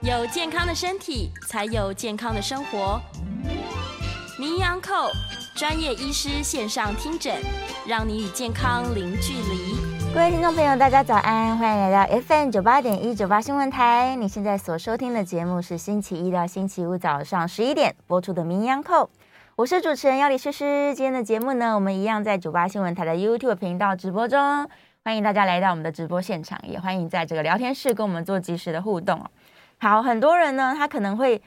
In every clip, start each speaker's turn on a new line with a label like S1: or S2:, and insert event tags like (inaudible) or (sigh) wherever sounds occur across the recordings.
S1: 有健康的身体，才有健康的生活。名医安扣专业医师线上听诊，让你与健康零距离。
S2: 各位听众朋友，大家早安，欢迎来到 FM 九八点一九八新闻台。你现在所收听的节目是星期一到星期五早上十一点播出的《名医央叩》，我是主持人要李诗诗。今天的节目呢，我们一样在九八新闻台的 YouTube 频道直播中，欢迎大家来到我们的直播现场，也欢迎在这个聊天室跟我们做及时的互动哦。好，很多人呢，他可能会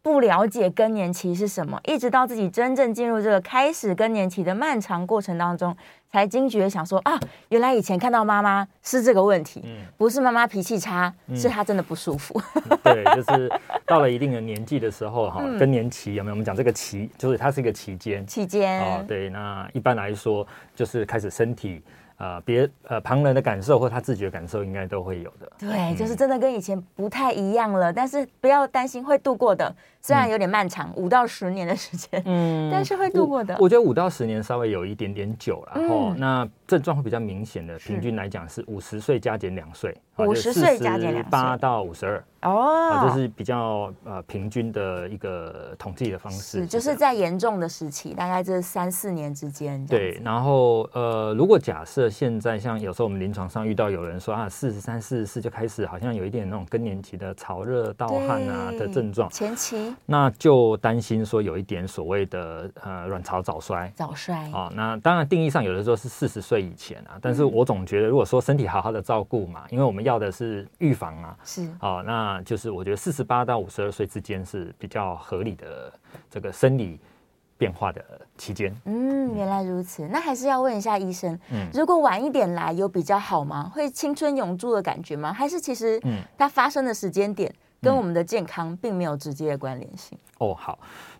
S2: 不了解更年期是什么，一直到自己真正进入这个开始更年期的漫长过程当中，才惊觉想说啊，原来以前看到妈妈是这个问题，
S3: 嗯
S2: 不是妈妈脾气差，
S3: 嗯
S2: 是她真的不舒服。 (laughs)
S3: 对，就是到了一定的年纪的时候哈
S2: 嗯，
S3: 更年期有没有？我们讲这个期，就是它是一个期间
S2: 期间，
S3: 哦。对，那一般来说就是开始身体呃别呃旁人的感受或他自己的感受应该都会有的。
S2: 对，就是真的跟以前不太一样了，但是不要担心会度过的，虽然有点漫长，五到十年的时间，
S3: 嗯
S2: 但是会度过的
S3: 我。我觉得五到十年稍微有一点点久了
S2: 嗯
S3: 哦。那症状会比较明显的，
S2: 是
S3: 平均来讲是五十岁加减两岁，
S2: 50岁加减两岁
S3: 八到五十二，啊，
S2: 哦
S3: 这是比较呃平均的一个统计的方式。
S2: 是，就
S3: 这
S2: 是
S3: 样
S2: 在严重的时期，大概这三四年之间，这样
S3: 对
S2: 子，
S3: 然后呃，如果假设现在像有时候我们临床上遇到有人说啊，四十三、四十四就开始好像有一点那种更年期的潮热、盗汗啊
S2: 对
S3: 的症状，
S2: 前期
S3: 那就担心说有一点所谓的呃卵巢早衰。
S2: 早衰，
S3: 哦，那当然定义上有的时候是四十岁以前啊，但是
S2: 嗯
S3: 我总觉得如果说身体好好的照顾嘛，因为我们要的是预防啊，
S2: 是
S3: 好、那就是我觉得四十八到五十二岁之间是比较合理的这个生理变化的期间。
S2: 嗯，原来如此。那还是要问一下医生，
S3: 嗯
S2: 如果晚一点来有比较好吗？会青春永驻的感觉吗？还是其实
S3: 嗯
S2: 它发生的时间点跟
S3: 嗯
S2: 我们的健康并没有直接的关联性？
S3: 哦，好，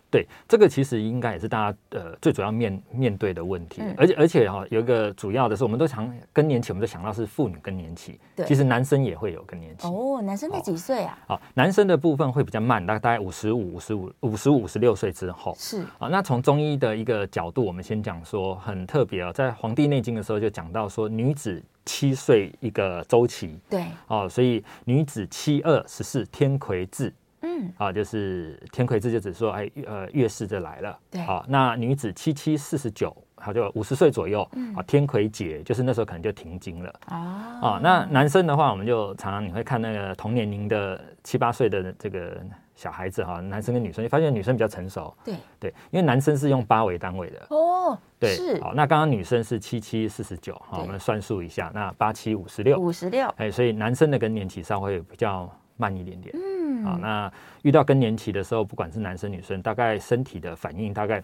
S3: 对，这个其实应该也是大家呃最主要面面对的问题，
S2: 嗯
S3: 而且而且哈、有一个主要的是，我们都常更年期，我们都想到是妇女更年期，
S2: 对
S3: 其实男生也会有更年期。
S2: 哦，男生在几岁啊？
S3: 好，男生的部分会比较慢，大概五十五、五十五、五十五、十六岁之后。
S2: 是
S3: 啊，那从中医的一个角度，我们先讲说很特别哦，在《黄帝内经》的时候就讲到说，女子七岁一个周期
S2: 对，
S3: 哦，所以女子七二十四天癸至，
S2: 嗯，
S3: 啊，就是天魁制就只说，哎，呃，月事就来了。
S2: 对
S3: 好、那女子七七四十九，好，就五十岁左右，啊，天魁节就是那时候可能就停经了。
S2: 嗯哦，
S3: 啊，那男生的话，我们就常常你会看那个同年龄的七八岁的这个小孩子哈、男生跟女生，你发现女生比较成熟，
S2: 对，
S3: 对，因为男生是用八为单位的。
S2: 哦，
S3: 对，
S2: 是
S3: 好，那刚刚女生是七七四十九，
S2: 对
S3: 好，我们算数一下，那八七五十六，
S2: 五十六，
S3: 哎，所以男生的更年期稍微比较慢一点点。
S2: 嗯，
S3: 啊，那遇到更年期的时候，不管是男生女生，大概身体的反应大概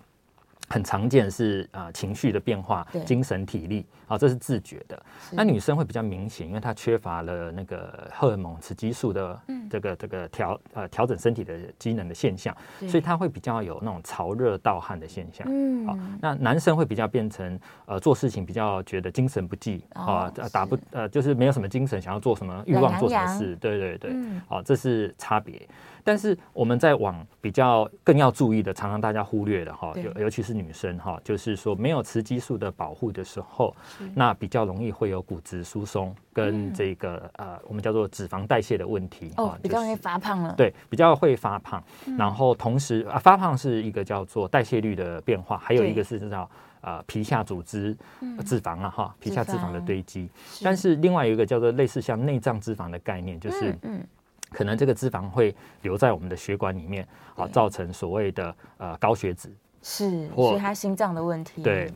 S3: 很常见是啊、呃情绪的变化
S2: 对、
S3: 精神体力啊，这是自觉的。
S2: 是
S3: 那女生会比较明显，因为她缺乏了那个荷尔蒙、雌激素的
S2: 嗯
S3: 这个、这个调呃调整身体的机能的现象，
S2: 对
S3: 所以她会比较有那种潮热盗汗的现象。
S2: 嗯，
S3: 好，那男生会比较变成呃做事情比较觉得精神不济
S2: 哦
S3: 啊，呃打不
S2: 是
S3: 呃就是没有什么精神，想要做什么欲
S2: 懒
S3: 望
S2: 洋
S3: 做什么
S2: 洋
S3: 事，对对对
S2: 嗯，
S3: 好、这是差别。但是我们在往比较更要注意的，常常大家忽略的哈，
S2: 对
S3: 尤尤其是女生哈，就是说没有雌激素的保护的时候，那比较容易会有骨质疏松跟这个、呃我们叫做脂肪代谢的问题
S2: 嗯哦，比较容易
S3: 就是
S2: 发胖了，，
S3: 对，比较会发胖，
S2: 嗯
S3: 然后同时啊，发胖是一个叫做代谢率的变化，还有
S2: 对嗯
S3: 一个是叫呃皮下组织呃脂肪啊哈，皮
S2: 脂
S3: 下脂肪的
S2: 肪
S3: 堆积。但是另外有一个叫做类似像内脏脂肪的概念，就是
S2: 嗯嗯，
S3: 可能这个脂肪会留在我们的血管里面，啊，
S2: 对
S3: 造成所谓的呃高血脂，
S2: 是，
S3: 或
S2: 所以他心脏的问题，啊
S3: 对，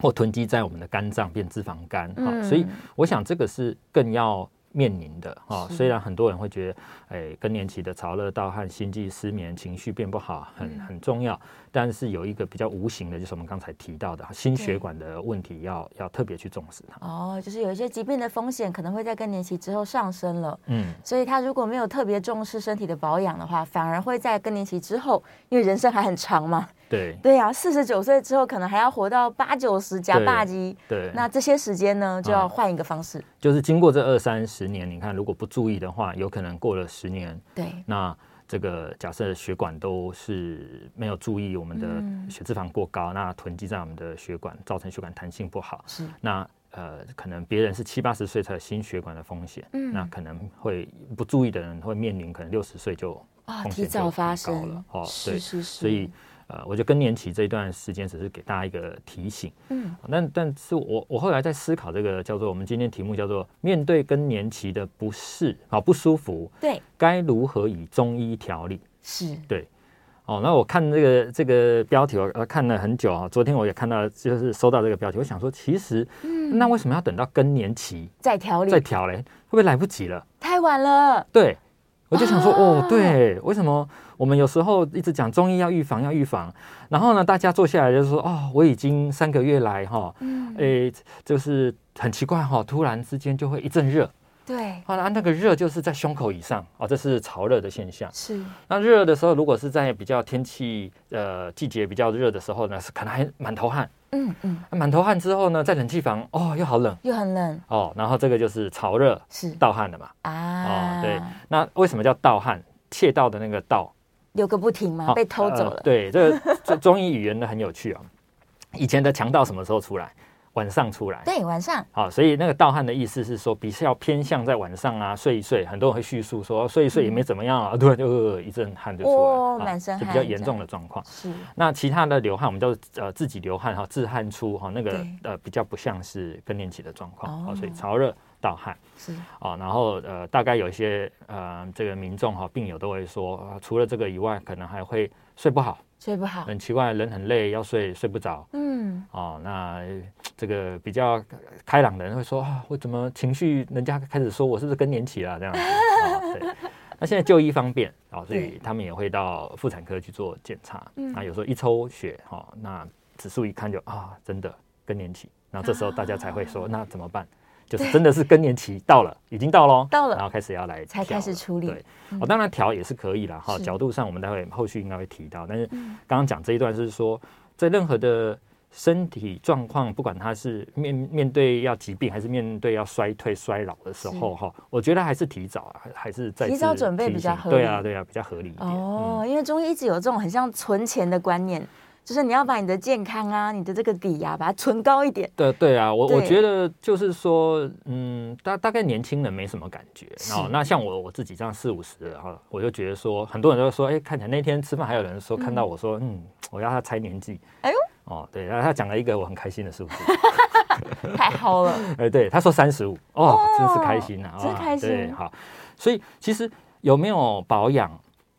S3: 或囤积在我们的肝脏变脂肪肝哈、
S2: 嗯
S3: 所以我想这个是更要面临的哈、
S2: 是
S3: 虽然很多人会觉得，哎，更年期的潮热、盗汗、心悸、失眠、情绪变不好很
S2: 嗯
S3: 很重要，但是有一个比较无形的，就是我们刚才提到的心血管的问题要，要特别去重视它。
S2: 哦，就是有一些疾病的风险可能会在更年期之后上升了，
S3: 嗯，
S2: 所以他如果没有特别重视身体的保养的话，反而会在更年期之后，因为人生还很长嘛，
S3: 对
S2: 对呀、啊，四十九岁之后可能还要活到八九十加
S3: 对
S2: 霸基，
S3: 对，啊
S2: 那这些时间呢就要换一个方式，
S3: 就是经过这二三十年，你看如果不注意的话，有可能过了十年，
S2: 对，
S3: 那这个假设血管都是没有注意，我们
S2: 嗯
S3: 的血脂肪过高，那囤积在我们的血管，造成血管弹性不好。
S2: 是
S3: 那呃，可能别人是七八十岁才有心血管的风险，
S2: 嗯
S3: 那可能会不注意的人会面临可能六十岁就
S2: 啊，
S3: 风
S2: 提
S3: 险就
S2: 早发
S3: 很高
S2: 生
S3: 了，哦，
S2: 是
S3: 对，
S2: 是是，
S3: 所以呃，我觉得更年期这一段时间只是给大家一个提醒。
S2: 嗯，
S3: 那但是我我后来在思考这个叫做我们今天题目叫做面对更年期的不适啊不舒服，
S2: 对
S3: 该如何以中医调理？
S2: 是，
S3: 哦，那我看这个这个标题，我呃看了很久啊。昨天我也看到，就是收到这个标题，我想说，其实，那为什么要等到更年期
S2: 再调理
S3: 再调嘞？会不会来不及了？
S2: 太晚了，
S3: 对，我就想说，
S2: 啊
S3: 哦，对，为什么我们有时候一直讲中医要预防，要预防，然后呢，大家坐下来就说，哦，我已经三个月来哈，
S2: 嗯，
S3: 诶，就是很奇怪哈、突然之间就会一阵热，
S2: 对，
S3: 好、啊，那个热就是在胸口以上，哦，这是潮热的现象。
S2: 是
S3: 那热的时候，如果是在比较天气呃季节比较热的时候呢，是可能还满头汗，
S2: 嗯嗯，
S3: 满头汗之后呢，在冷气房哦又好冷
S2: 又很冷，
S3: 哦，然后这个就是潮热
S2: 是
S3: 盗汗了嘛。
S2: 啊，
S3: 哦，对，那为什么叫盗汗？窃盗的那个盗，
S2: 留个不停嘛，
S3: 哦
S2: 被偷走
S3: 呃
S2: 了，
S3: 对，这个这中医语言呢很有趣哦。以前的强盗什么时候出来？晚上出来。
S2: 对，晚上
S3: 好、所以那个盗汗的意思是说，比较偏向在晚上啊睡一睡，很多人会叙述说睡一睡也没怎么样啊，突然就、呃、一阵汗就出来了，
S2: 嗯哦
S3: 啊
S2: 满身
S3: 就比
S2: 汗
S3: 较
S2: 这
S3: 严
S2: 样
S3: 重的状况。
S2: 是
S3: 那其他的流汗，我们叫做呃自己流汗哈，自汗出哈，那个
S2: 对
S3: 呃比较不像是更年期的状况
S2: 哦
S3: 哦，所以潮热盗汗
S2: 是，
S3: 哦，然后呃大概有一些呃这个民众哈病友都会说、啊除了这个以外，可能还会睡不好，
S2: 睡不好，
S3: 很奇怪，人很累要睡睡不着
S2: 嗯，
S3: 哦。那呃这个比较开朗的人会说啊，我怎么情绪？人家开始说我是不是更年期了这样子、哦？对。那现在就医方便啊、哦，所以
S2: 对
S3: 他们也会到妇产科去做检查。
S2: 嗯
S3: 那有时候一抽血哈、哦，那指数一看就啊，真的更年期。然后这时候大家才会
S2: 啊
S3: 说，那怎么办？就是真的是更年期到了，已经到咯，
S2: 到了
S3: 然后开始要来
S2: 才
S3: 调
S2: 开始
S3: 了
S2: 处理嗯
S3: 对，哦，当然调也是可以啦，哈，
S2: 是
S3: 角度上我们待会后续应该会提到，但是
S2: 嗯
S3: 刚刚讲这一段是说，在任何的身体状况，不管他是面面对要疾病，还是面对要衰退衰老的时候，哈，我觉得还是提早啊，还还是再
S2: 提
S3: 次
S2: 早准备
S3: 提
S2: 比较
S3: 醒
S2: 合
S3: 对啊，
S2: 理
S3: 对啊，比较合理一点。嗯
S2: 哦，因为中医一直有这种很像存钱的观念，就是你要把你的健康啊、你的这个底呀、把它存高一点，
S3: 对对啊，我我
S2: 对
S3: 觉得就是说，嗯，大大概年轻人没什么感觉
S2: 是
S3: 哦。那像我我自己这样四五十了哈，我就觉得说，很多人都说，哎，看起来那天吃饭还有人说看到我说，嗯，我要他猜年纪。
S2: 哎呦
S3: 哦，对，然后他讲了一个我很开心的数字，
S2: 太好
S3: (laughs)
S2: 了，
S3: 哎，对，他说三十五，哦，真是开心啊，
S2: 真
S3: 哇
S2: 开心
S3: 对，好，所以其实有没有保养，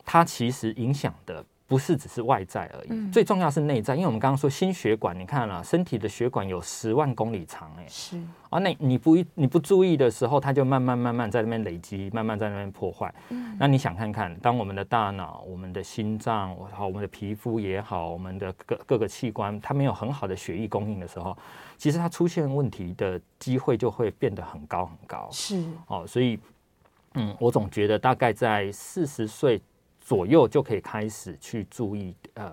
S3: 它其实影响的不是只是外在而已，
S2: 嗯
S3: 最重要是内在，因为我们刚刚说心血管，你看啊，身体的血管有十万公里长、哎，
S2: 是
S3: 啊，那你不一你不注意的时候，它就慢慢慢慢在那边累积，慢慢在那边破坏。那你想看看，当我们的大脑、我们的心脏、好我们的皮肤也好，我们的各各个器官，它没有很好的血液供应的时候，其实它出现问题的机会就会变得很高很高。
S2: 是，
S3: 哦，所以，嗯，我总觉得大概在四十岁左右就可以开始去注意，呃，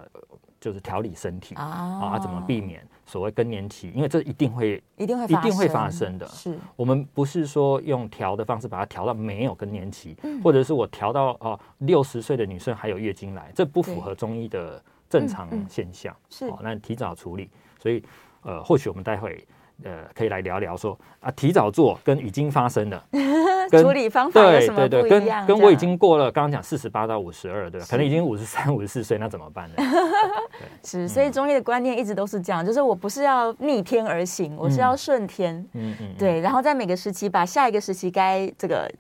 S3: 就是调理身体。
S2: 啊
S3: 啊，怎么避免所谓更年期？因为这一定会
S2: 一定会
S3: 一定会发生的
S2: 是
S3: 我们不是说用调的方式把它调到没有更年期，
S2: 嗯
S3: 或者是我调到哦六十岁的女生还有月经来，这不符合中医的正常
S2: 嗯嗯
S3: 现象。
S2: 是
S3: 哦，那提早处理，所以呃，或许我们待会呃可以来聊聊说啊，提早做跟已经
S2: (laughs)
S3: 发生的跟
S2: 处理方法有
S3: 对
S2: 什么
S3: 对
S2: 不
S3: 对，
S2: 一样？
S3: 跟跟
S2: 这
S3: 我已
S2: 样
S3: 经过了，刚刚讲四十八到五十二，对吧？
S2: 是
S3: 可能已经五十三、五十四岁，那怎么
S2: (laughs)
S3: 办呢？
S2: 是，所
S3: 嗯
S2: 以中医的观念一直都是这样，就是我不是要逆天而行，我是要顺天，
S3: 嗯嗯，嗯，
S2: 对，然后在每个时期把下一个时期该这个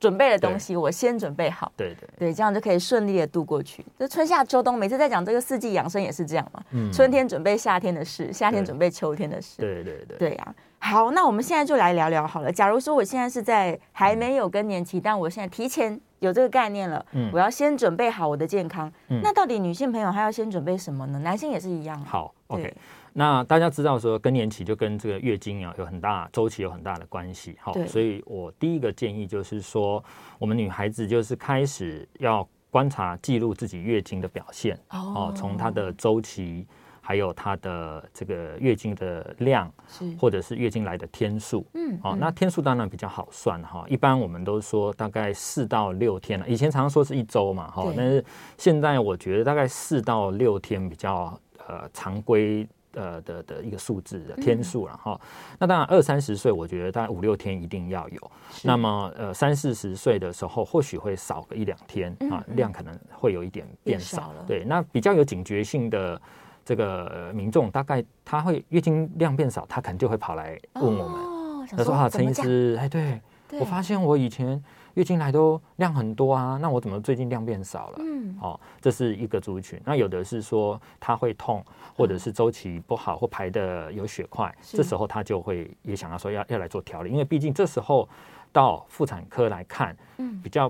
S2: 准备的东西，我先准备好。
S3: 对对，
S2: 对，这样就可以顺利的度过去。就春夏秋冬，每次在讲这个四季养生也是这样嘛。
S3: 嗯
S2: 春天准备夏天的事，夏天
S3: 对
S2: 准备秋天的事。
S3: 对对对，
S2: 对呀、好，那我们现在就来聊聊好了。假如说我现在是
S3: 嗯
S2: 在还没有更年期，但我现在提前有这个概念了，
S3: 嗯
S2: 我要先准备好我的健康。
S3: 嗯
S2: 那到底女性朋友她要先准备什么呢？男性也是一样吗。
S3: 好
S2: 对
S3: ，OK。那大家知道说更年期就跟这个月经啊有很大周期有很大的关系，好
S2: 对，
S3: 所以我第一个建议就是说，我们女孩子就是开始要观察记录自己月经的表现，
S2: 哦
S3: 哦，从它的周期，还有它的这个月经的量，
S2: 是
S3: 或者是月经来的天数，
S2: 嗯
S3: 哦，那天数当然比较好算哈、一般我们都说大概四到六天啊了，以前常常说是一周嘛哈、
S2: 对
S3: 但是现在我觉得大概四到六天比较呃常规呃的的一个数字的天数了哈。那当然二三十岁，我觉得大概五六天一定要有。那么呃三四十岁的时候，或许会少个一两天啊，量可能会有一点变
S2: 少
S3: 少
S2: 了。
S3: 对，那比较有警觉性的。这个呃民众大概他会月经量变少，他可能就会跑来问我们，
S2: 们
S3: 他说啊，陈医，师，哎，对
S2: 对
S3: 我发现我以前月经来都量很多啊，那我怎么最近量变少了？
S2: 嗯，
S3: 哦，这是一个族群。那有的是说他会痛，或者是周期不好或排的有血块，
S2: 是
S3: 这时候他就会也想要说要要来做调理，因为毕竟这时候到妇产科来看，
S2: 嗯
S3: 比较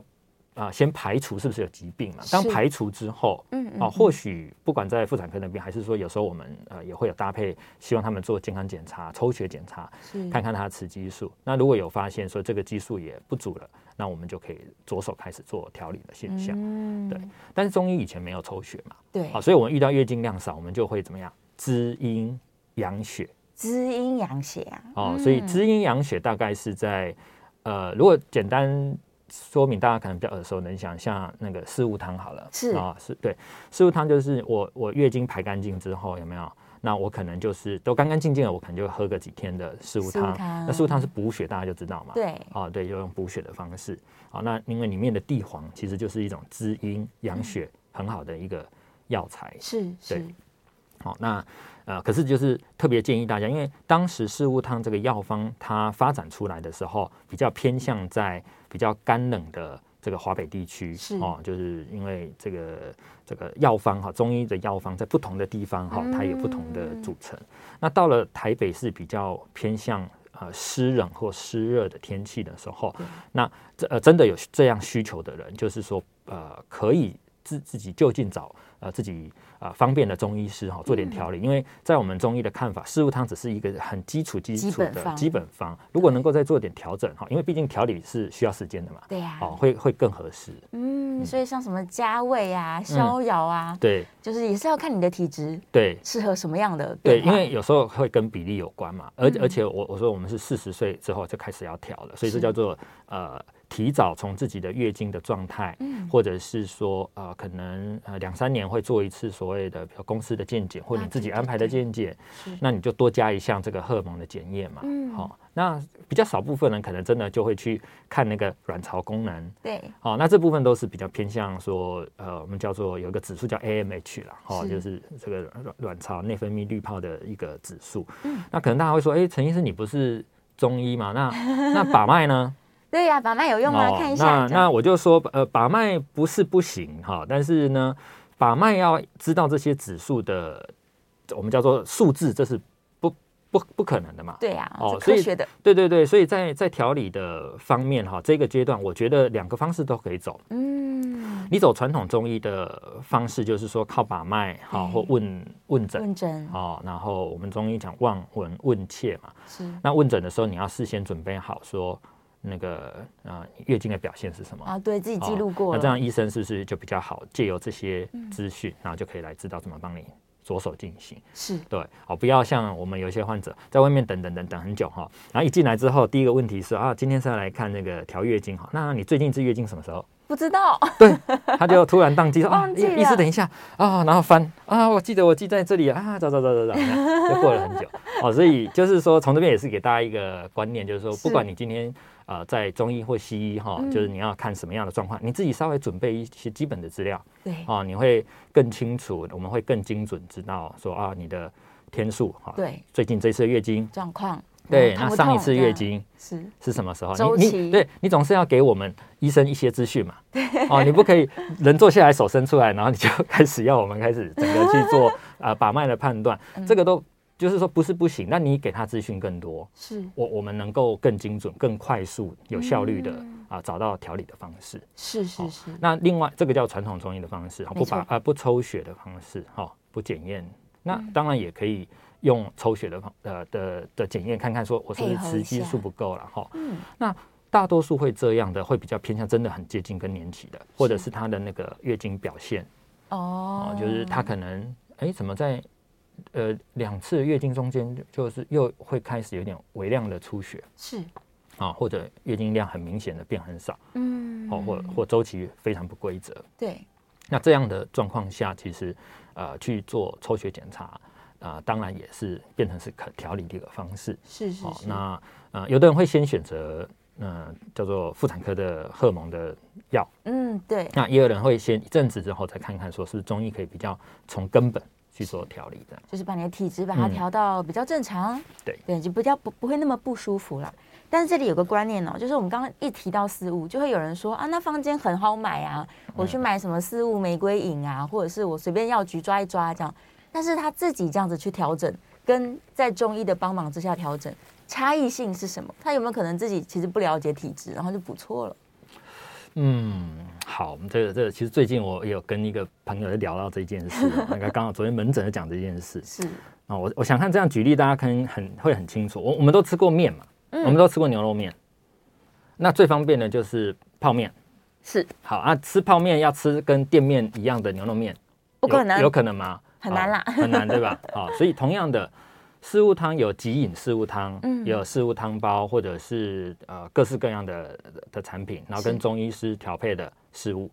S3: 啊、呃先排除是不是有疾病嘛？当
S2: 是
S3: 排除之后，
S2: 嗯嗯
S3: 啊，或许不管在妇产科那边，还是说有时候我们呃也会有搭配，希望他们做健康检查、抽血检查，
S2: 是
S3: 看看他的雌激素。那如果有发现说这个激素也不足了，那我们就可以着手开始做调理的现象。
S2: 嗯
S3: 对但是中医以前没有抽血嘛，啊
S2: 对
S3: 好，，所以我们遇到月经量少，我们就会怎么样？滋阴养血
S2: 滋阴养血啊，
S3: 哦，所以滋阴养血大概是在呃，如果简单说明，大家可能比较耳熟能详，像那个四物汤好了，
S2: 是
S3: 啊，是对，四物汤就是我我月经排干净之后有没有？那我可能就是都干干净净了，我可能就喝个几天的四物
S2: 四物
S3: 汤。
S2: 汤
S3: 那四物汤是补血，大家就知道嘛。
S2: 对，
S3: 哦，对，就用补血的方式。好、那因为里面的地黄其实就是一种滋阴养血很好的一个药材。
S2: 是
S3: 对
S2: 是，
S3: 好、那呃，可是就是特别建议大家，因为当时四物汤这个药方它发展出来的时候，比较偏向在比较干冷的这个华北地区，
S2: 是
S3: 哦，就是因为这个这个药方哈、中医的药方在不同的地方哈、它有不同的组成。那到了台北是比较偏向。呃，湿冷或湿热的天气的时候，那这呃真的有这样需求的人，就是说呃可以自自己就近找呃自己呃方便的中医师哈、做
S2: 嗯
S3: 点调理，因为在我们中医的看法，四物汤只是一个很基础基
S2: 基
S3: 础
S2: 本
S3: 的
S2: 方
S3: 基本方，如果能够再做点调整哈、因为毕竟调理是需要时间的嘛，
S2: 对呀，
S3: 哦会会更合适，
S2: 嗯，所以像什么加味
S3: 嗯
S2: 啊、逍遥啊，
S3: 对
S2: 就是也是要看你的体质
S3: 对。
S2: 适合什么样的
S3: 对，
S2: 变化
S3: 因为有时候会跟比例有关嘛，
S2: 嗯
S3: 而、而且我我说我们是四十岁之后就开始要调了，所以这
S2: 是
S3: 叫做呃提早从自己的月经的状态，
S2: 嗯
S3: 或者是说呃可能呃两三年会做一次所谓的比如公司的健检或
S2: 啊
S3: 你自己
S2: 对
S3: 安
S2: 对
S3: 排的健检，
S2: 是
S3: 那你就多加一项这个荷尔蒙的检验嘛，好、
S2: 嗯
S3: 那比较少部分人可能真的就会去看那个卵巢功能，
S2: 对
S3: 好、那这部分都是比较偏向说，呃，我们叫做有一个指数叫 AMH 啦，哦，
S2: 是
S3: 就是这个卵卵巢内分泌滤泡的一个指数。嗯，那可能大家会说，哎、陈医师你不是中医
S2: (laughs)
S3: 嘛？那那把脉呢？哦
S2: 对呀，把脉有用啊，看一
S3: 那
S2: 下，这样
S3: 那我就说，呃，把脉不是不行哈、但是呢，把脉要知道这些指数的，我们叫做数字，这是不不不可能的嘛。
S2: 对呀，
S3: 哦
S2: 是
S3: 所
S2: 科
S3: 以
S2: 学的，
S3: 对对对，所以在在调理的方面哈、这个阶段我觉得两个方式都可以走。
S2: 嗯，
S3: 你走传统中医的方式，就是说靠把脉，好、
S2: 对
S3: 或问问诊，
S2: 问诊
S3: 哦，然后我们中医讲望闻问切嘛。
S2: 是
S3: 那问诊的时候，你要事先准备好说那个呃月经的表现是什么。
S2: 啊，对自己记
S3: 哦
S2: 录过
S3: 那这
S2: 了，嗯
S3: 样医生是不是就比较好借由这些资讯，然后就可以来知道怎么帮你着手进行？
S2: 是
S3: 对，哦，不要像我们有一些患者在外面等等等等很久哈、然后一进来之后，第一个问题是啊，今天是要来看那个调月经哈、那你最近一次月经什么时候？
S2: 不知道，
S3: 他就突然宕机说啊
S2: 忘，记了
S3: 医师等一下啊，然后翻啊，我记得我记在这里啊，找找找找找，
S2: (laughs)
S3: 就过了很久哦，所以就是说从这边也是给大家一个观念，就是说
S2: 是嗯
S3: 不管你今天呃在中医或西医哈，就是你要看什么样的状况，你自己稍微准备一些基本的资料
S2: (laughs) 对，
S3: 哦，你会更清楚，我们会更精准知道说啊你的天数哈，
S2: 对，
S3: 最近这次的月经，
S2: 状况嗯
S3: 对，那
S2: 痛不
S3: 上一
S2: 痛
S3: 次
S2: 这
S3: 月
S2: 样
S3: 经。
S2: 是
S3: 是什么时候？
S2: 周
S3: 你
S2: 期
S3: 你对你总是要给我们医生一些
S2: (laughs)
S3: 资讯嘛。哦，你不可以人坐下来手伸出来，然后你就开始要我们开始整个去
S2: (laughs)
S3: 做呃把脉的判断，
S2: 嗯
S3: 这个都就是说不是不行，那你给他资讯更多，
S2: 是
S3: 我我们能够更精准、更快速、有效率的
S2: 嗯
S3: 啊、找到调理的方式。
S2: 是是
S3: 哦
S2: 是，
S3: 那另外这个叫传统中医的方式，哦
S2: 没
S3: 不
S2: 错
S3: 把啊不抽血的方式哈、哦不检验，那
S2: 嗯
S3: 当然也可以用抽血的方呃的的检验看看，说我是不
S2: 配
S3: 是
S2: 合
S3: 雌
S2: 一
S3: 激
S2: 下
S3: 素不够了哈。
S2: 嗯
S3: 那大多数会这样的，会比较偏向真的很接近更年期的，或者是他的那个月经表现
S2: 哦
S3: 哦，就是他可能哎怎么在呃两次月经中间就是又会开始有点微量的出血
S2: 是
S3: 啊，或者月经量很明显的变很少
S2: 嗯
S3: 哦，或或周期非常不规则。
S2: 对
S3: 那这样的状况下，其实呃去做抽血检查，啊、当然也是变成是可调理的一个方式。
S2: 是是是，
S3: 那呃，有的人会先选择呃叫做妇产科的荷尔蒙的药，
S2: 嗯对，
S3: 那也有人会先一阵子之后再看看说是不是中医可以比较从根本去做调理的。
S2: 就是把你的体质把它
S3: 嗯
S2: 调到比较正常，
S3: 对
S2: 对，就比较不不会那么不舒服啦。但是这里有个观念哦，就是我们刚刚一提到四物，就会有人说啊，那坊间很好买啊，
S3: 嗯
S2: 我去买什么四物玫瑰饮啊，或者是我随便药局抓一抓这样。但是他自己这样子去调整，跟在中医的帮忙之下调整，差异性是什么？他有没有可能自己其实不了解体质，然后就补错了？
S3: 嗯，好，我们这个这个其实最近我也有跟一个朋友在聊到这件事 (laughs) 哦，那个刚好昨天门诊就讲这件事，
S2: 是，
S3: 啊，我我想看这样举例，大家可能很会很清楚。我我们都吃过面嘛，
S2: 嗯
S3: 我们都吃过牛肉面，那最方便的就是泡面。
S2: 是
S3: 好啊，吃泡面要吃跟店面一样的牛肉面，
S2: 不可
S3: 有
S2: 能
S3: 有可能吗？
S2: 很难啦
S3: 好很难对吧？好，所以同样的。四物汤有即饮四物汤，
S2: 嗯
S3: 也有四物汤包，或者是呃各式各样的的产品，然后跟
S2: 是
S3: 中医师调配的事物，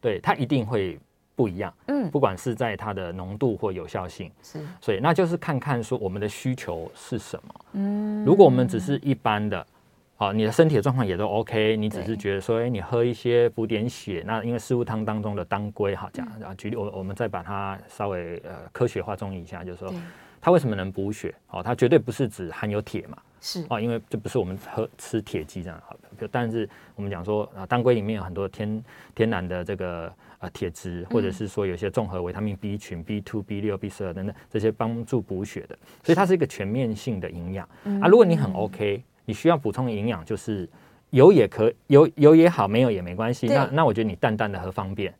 S3: 对它一定会不一样，
S2: 嗯
S3: 不管是在它的浓度或有效性，
S2: 是，
S3: 所以那就是看看说我们的需求是什么。
S2: 嗯
S3: 如果我们只是一般的，好、你的身体的状况也都 OK，你只
S2: 对
S3: 是觉得说，哎，你喝一些补点血，那因为四物汤当中的当归，哈，讲
S2: 嗯
S3: 啊，举例，我我们再把它稍微呃科学化中医一下，就是说
S2: 对
S3: 它为什么能补血？哦，它绝对不是只含有铁嘛，
S2: 是
S3: 哦，因为这不是我们喝吃铁剂这样好的，就但是我们讲说啊，当归里面有很多天天然的这个呃铁质，或者是说有一些综合维他命 B 群、B two、B 六、B 十二等等这些帮助补血的，所以它是一个全面性的营养啊。如果你很 OK，你需要补充的营养就是有也可有有也好，没有也没关系。
S2: 对
S3: 那那我觉得你淡淡的喝方便。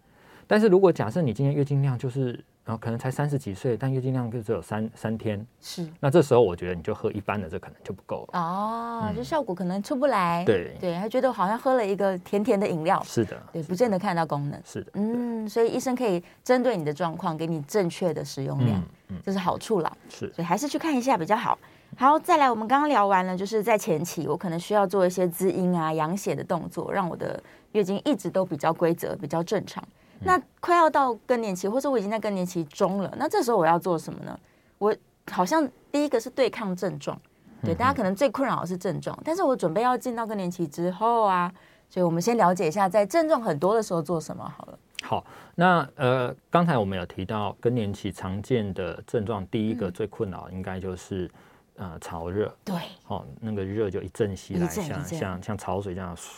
S3: 但是如果假设你今天月经量就是，然后可能才三十几岁，但月经量就只有三三天，
S2: 是
S3: 那这时候我觉得你就喝一般的，这可能就不够了。
S2: 哦，就效果可能出不来。
S3: 嗯对
S2: 对，他觉得好像喝了一个甜甜的饮料，
S3: 是的，
S2: 对，不见得看到功能。
S3: 是的，
S2: 嗯，所以医生可以针对你的状况，给你正确的使用量，
S3: 嗯嗯，
S2: 这是好处啦。
S3: 是
S2: 所以还是去看一下比较好。好，再来，我们刚刚聊完了，就是在前期，我可能需要做一些滋阴啊、养血的动作，让我的月经一直都比较规则、比较正常。那快要到更年期，或者我已经在更年期中了，那这时候我要做什么呢？我好像第一个是对抗症状，对，大家可能最困扰的是症状，但是我准备要进到更年期之后啊，所以我们先了解一下，在症状很多的时候做什么好了。
S3: 好。那呃，刚才我们有提到更年期常见的症状，第一个
S2: 嗯
S3: 最困扰应该就是、呃潮热，
S2: 对，
S3: 哦，那个热就一阵袭来，
S2: 一阵一
S3: 像
S2: 阵
S3: 像像潮水这样咻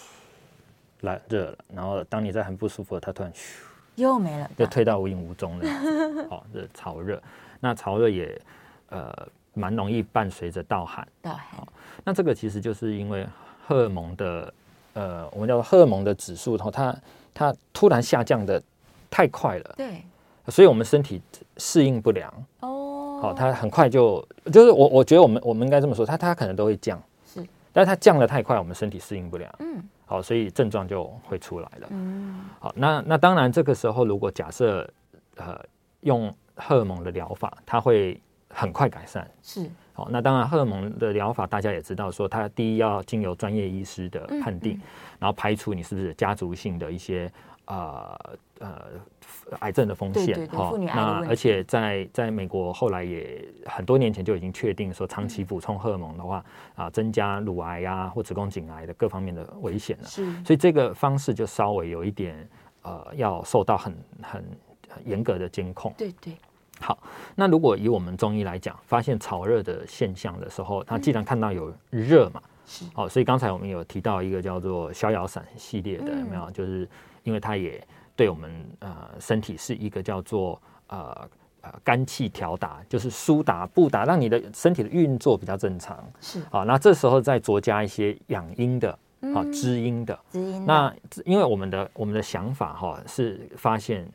S3: 来热了，然后当你在很不舒服，它突然咻
S2: 又没了，
S3: 就退到无影无踪了，
S2: (laughs)
S3: 哦，这潮热，那潮热也呃蛮容易伴随着盗汗。
S2: 到海
S3: 那这个其实就是因为荷尔蒙的，呃，我们叫做荷尔蒙的指数，然后它它突然下降的太快了，
S2: 对
S3: 所以我们身体适应不良，
S2: 哦，
S3: 好、它很快就就是我我觉得我们我们应该这么说，它它可能都会降，
S2: 是，
S3: 但是它降的太快，我们身体适应不良，
S2: 嗯
S3: 好、所以症状就会出来了。
S2: 嗯
S3: 好，那那当然，这个时候如果假设呃用荷尔蒙的疗法，它会很快改善。
S2: 是
S3: 好，那当然，荷尔蒙的疗法大家也知道，说它第一要经由专业医师
S2: 嗯
S3: 的判定，然后排除你是不是有家族性的一些呃呃癌症的风险
S2: 对对对妇女癌的问
S3: 那
S2: 题
S3: 而且在在美国后来也很多年前就已经确定说，长
S2: 嗯
S3: 期补充荷尔蒙的话啊、增加乳癌呀、或子宫颈癌的各方面的危险了。
S2: 是
S3: 所以这个方式就稍微有一点呃，要受到很很很严格的监控。
S2: 对对，
S3: 好，那如果以我们中医来讲，发现潮热的现象的时候，那既然看到有热嘛，
S2: 是
S3: 哦，所以刚才我们有提到一个叫做逍遥散系列
S2: 嗯
S3: 的，有没有？就是因为它也对我们呃身体是一个叫做呃呃肝气调达，就是疏达布达，让你的身体的运作比较正常。
S2: 是
S3: 好、那这时候再酌加一些养阴的，啊、
S2: 嗯
S3: 滋阴的，
S2: 滋阴的
S3: 那因为我们的我们的想法哈、是发现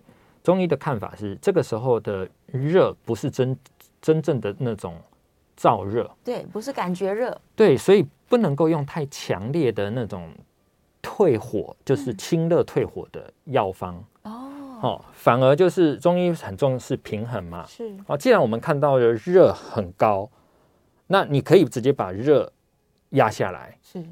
S3: 中医的看法是，这个时候的热不是真真正的那种燥热，
S2: 对，不是感觉热，
S3: 对，所以不能够用太强烈的那种退火，就是清热退火的药方
S2: 哦，
S3: 哦，反而就是中医很重视平衡嘛。
S2: 是
S3: 哦，既然我们看到了热很高，那你可以直接把热压下来。
S2: 是，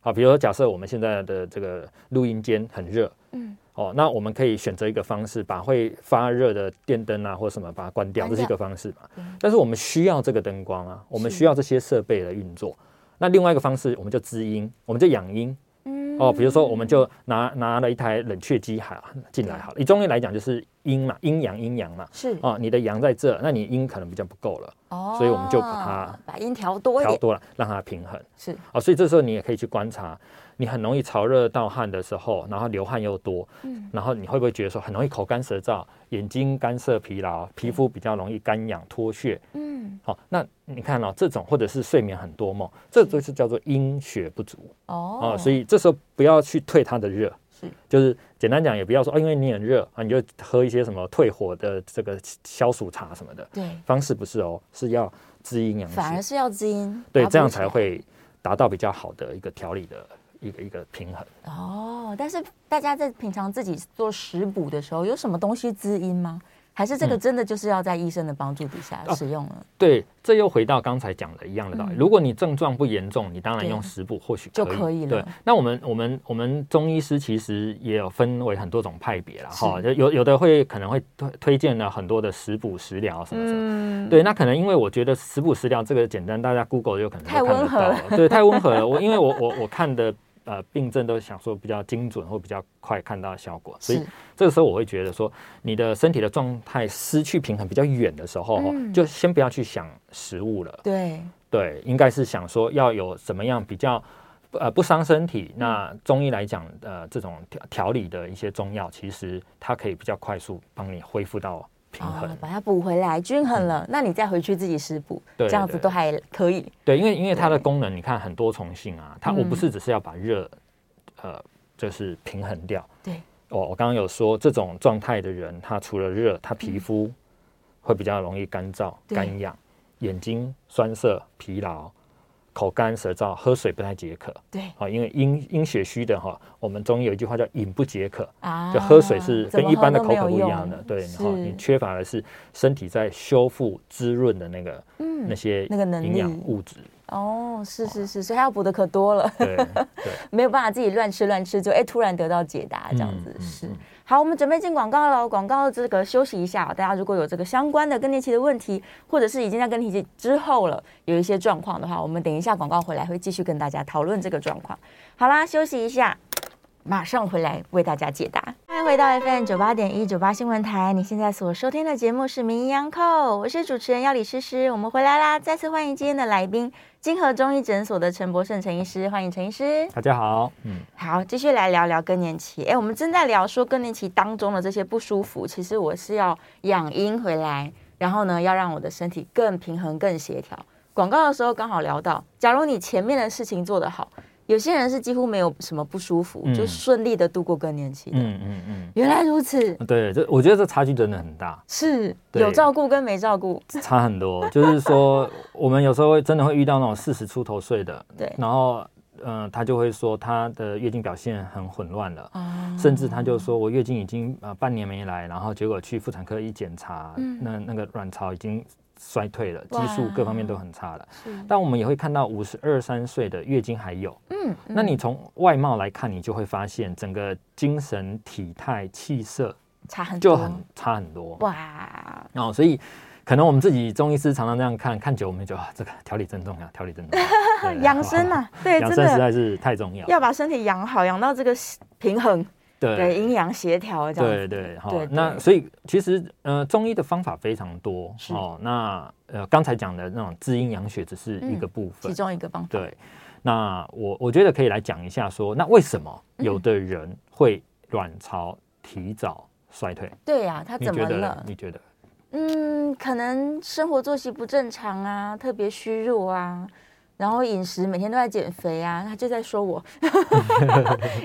S3: 好，比如说假设我们现在的这个录音间很热，
S2: 嗯，
S3: 哦，那我们可以选择一个方式，把会发热的电灯啊或什么把它关掉，
S2: 关
S3: 这是一
S2: 掉嗯
S3: 个方式嘛
S2: 对。
S3: 但是我们需要这个灯光啊，我们需要这些设备的运作。那另外一个方式，我们就滋阴，我们就养阴
S2: 嗯
S3: 哦。比如说，我们就拿拿了一台冷却机好进来好了。以中医来讲，就是阴嘛，阴阳阴阳嘛。
S2: 是
S3: 哦，你的阳在这，那你阴可能比较不够了，
S2: 哦
S3: 所以我们就把它
S2: 把音调多一
S3: 调
S2: 点，
S3: 多了让它平衡。
S2: 是
S3: 哦，所以这时候你也可以去观察，你很容易潮热盗汗的时候，然后流汗又多，
S2: 嗯
S3: 然后你会不会觉得说很容易口干舌燥、眼睛干涩疲劳、皮肤比较容易干痒脱屑？
S2: 嗯
S3: 好、那你看哦，这种或者是睡眠很多梦，这都是叫做阴血不足
S2: 哦
S3: 哦、所以这时候不要去退它的热。
S2: 是
S3: 就是简单讲，也不要说哦，因为你很热啊，你就喝一些什么退火的这个消暑茶什么的，
S2: 对，
S3: 方式不是哦，是要滋阴养血。
S2: 反而是要滋音，
S3: 对，
S2: 把它
S3: 这样
S2: 补起
S3: 才
S2: 来
S3: 会达到比较好的一个调理的一个一个平衡。
S2: 哦。但是大家在平常自己做食补的时候，有什么东西滋阴吗？还是
S3: 嗯
S2: 这个真的就是要在医生的帮助底下
S3: 哦
S2: 使用了，
S3: 对，这又回到刚才讲的一样的道理。
S2: 嗯
S3: 如果你症状不严重，你当然
S2: 对
S3: 用食补或许
S2: 就
S3: 可以
S2: 可以了
S3: 对，那我们我们我们中医师其实也有分为很多种派别啦，哈，就有有的会可能会推推荐了很多的食补食疗什么什么。
S2: 嗯，
S3: 对，那可能因为我觉得食补食疗这个简单，大家 Google 有可能就
S2: 太温
S3: 看得
S2: 和
S3: 到了，对，太温和了。我因为我我我看的呃病症都想说比较精准或比较快看到效果，所以
S2: 是
S3: 这个时候我会觉得说，你的身体的状态失去平衡比较远的时候，
S2: 嗯
S3: 就先不要去想食物了，
S2: 对，
S3: 对，应该是想说要有怎么样比较。呃，不伤身体。那
S2: 嗯
S3: 中医来讲，呃，这种调调理的一些中药，其实它可以比较快速帮你恢复到平衡。嗯
S2: 哦，把它补回来，均衡了，那你再回去自己食补，
S3: 对
S2: 这样子
S3: 对
S2: 都还可以。
S3: 对，因为因为它的功能，你看很多重性啊，它我
S2: 嗯
S3: 不是只是要把热，呃，就是平衡掉。
S2: 对，
S3: 我我刚刚有说，这种状态的人，他除了热，他皮肤会比较容易干燥、
S2: 嗯对
S3: 干痒，眼睛酸涩、疲劳，口干舌燥，喝水不太解渴。
S2: 对
S3: 啊，因为阴阴血虚的哈，我们中医有一句话叫“饮不解渴”，
S2: 啊
S3: 就喝水是
S2: 怎
S3: 跟
S2: 么
S3: 一般的
S2: 喝
S3: 口
S2: 都没
S3: 渴不
S2: 有
S3: 一样的
S2: 用，
S3: 对，然后
S2: 是
S3: 你缺乏的是身体在修复、滋润的那个
S2: 嗯
S3: 那些
S2: 那个能
S3: 营养
S2: 力
S3: 物
S2: (laughs)
S3: 质。
S2: 哦，是是是，所以他要补的可多了，
S3: 对对，
S2: 没有办法自己乱吃乱吃，就哎突然得到解答这样子、
S3: 嗯嗯
S2: 是
S3: 嗯。
S2: 好，我们准备进广告了，广告这个休息一下，大家如果有这个相关的更年期的问题，或者是已经在更年期之后了有一些状况的话，我们等一下广告回来会继续跟大家讨论这个状况。好啦，休息一下。马上回来为大家解答。欢迎回到 FM 九八点一九八新闻台，你现在所收听的节目是《名医央叩》，我是主持人要李诗诗，我们回来啦！再次欢迎今天的来宾，金河中医诊所的陈博胜陈医师，欢迎陈医师。
S3: 大家好，嗯，
S2: 好，继续来聊聊更年期。哎，我们正在聊说更年期当中的这些不舒服，其实我是要养阴回来，然后呢，要让我的身体更平衡、更协调。广告的时候刚好聊到，假如你前面的事情做得好，有些人是几乎没有什么不舒服，
S3: 嗯
S2: 就顺利的度过更年期的。
S3: 嗯嗯
S2: 原来如此，
S3: 嗯，对，这我觉得这差距真的很大，
S2: 是
S3: 对
S2: 有照顾跟没照顾，
S3: 差很多。 (laughs) 就是说，我们有时候会真的会遇到那种四十出头岁的，
S2: 对
S3: 然后，嗯、他就会说他的月经表现很混乱了。
S2: 啊，
S3: 甚至他就说，我月经已经呃半年没来，然后结果去妇产科一检查，那那个卵巢已经衰退了，激素各方面都很差了。但我们也会看到五十二三岁的月经还有，
S2: 嗯，嗯
S3: 那你从外貌来看，你就会发现整个精神、体态、气色
S2: 嗯差很多
S3: 就很差很多。
S2: 哇，
S3: 哦，所以可能我们自己中医师常常这样看看久，我们就觉得啊，这个调理真重要，调理真
S2: (laughs)
S3: 重要对。
S2: 养生啊，对，
S3: 养
S2: 真
S3: 生
S2: 的
S3: 实在是太重要。
S2: 要把身体养好，养到这个平衡。对，阴阳协调这样子。
S3: 对对，好、
S2: 对
S3: 那
S2: 对
S3: 所以其实呃，中医的方法非常多
S2: 是
S3: 哦。那呃，刚才讲的那种滋阴养血只是一个
S2: 嗯
S3: 部分，
S2: 其中一个方法。
S3: 对。那我我觉得可以来讲一下说那为什么
S2: 嗯
S3: 有的人会卵巢提早衰退？
S2: 对呀、他
S3: 你
S2: 怎么
S3: 觉得呢？
S2: 了？
S3: 你觉得？
S2: 嗯，可能生活作息不正常啊，特别虚弱啊，然后饮食每天都在减肥啊，他就在说我 (laughs)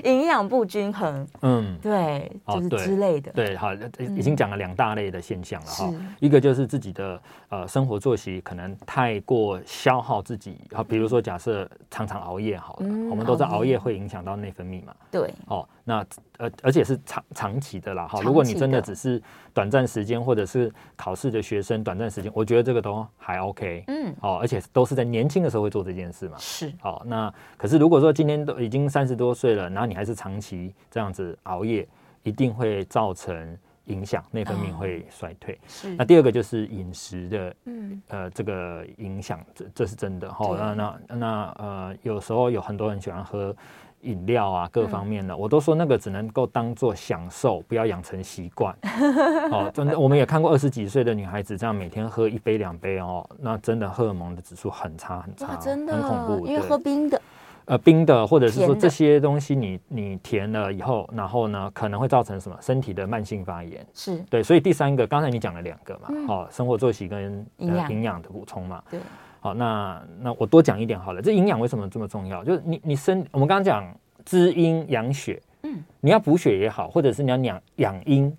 S2: 营养不均衡，
S3: 嗯，
S2: 对，
S3: 哦
S2: 就是
S3: 对
S2: 之类的。
S3: 对，好，呃已经讲了两大类的现象了哈、
S2: 是
S3: 一个就是自己的呃生活作息可能太过消耗自己，好，比如说假设常常熬夜好了，
S2: 嗯
S3: 我们都知道
S2: 熬
S3: 熬
S2: 夜
S3: 夜会影响到内分泌嘛，
S2: 对
S3: 哦，那呃而且是长长期的啦哈。
S2: 长
S3: 如果你真的
S2: 期的
S3: 只是短暂时间或者是考试的学生短暂时间，我觉得这个都还 OK，
S2: 嗯，
S3: 哦，而且都是在年轻的时候会做这件事嘛。
S2: 是
S3: 好、那可是如果说今天都已经三十多岁了，然后你还是长期这样子熬夜，一定会造成影响，内分泌会衰退。
S2: 嗯是
S3: 那第二个就是饮食的
S2: 嗯
S3: 呃这个影响，这这是真的哈、
S2: 对
S3: 那那那呃，有时候有很多人喜欢喝饮料
S2: 嗯
S3: 啊，各方面的，我都说那个只能够当做享受，不要养成习
S2: (laughs)
S3: 惯。哦，真的，我们也看过二十几岁的女孩子这样每天喝一杯两杯哦，那真的荷尔蒙的指数很差很差
S2: 哇
S3: 哦，
S2: 真的
S3: 很恐怖。
S2: 因为
S3: 对
S2: 喝冰的
S3: 呃冰的，或者是
S2: 甜
S3: 说
S2: 的
S3: 这些东西你你甜了以后，然后呢可能会造成什么身体的慢性发炎。
S2: 是
S3: 对，所以第三个，刚才你讲了两个嘛，
S2: 嗯
S3: 好、生活作息跟呃
S2: 营养
S3: 营养的补充嘛。
S2: 对
S3: 好，那那我多讲一点好了。这营养为什么这么重要？就是你你身，我们刚刚讲滋阴养血，
S2: 嗯，
S3: 你要补血也好，或者是你要养养阴，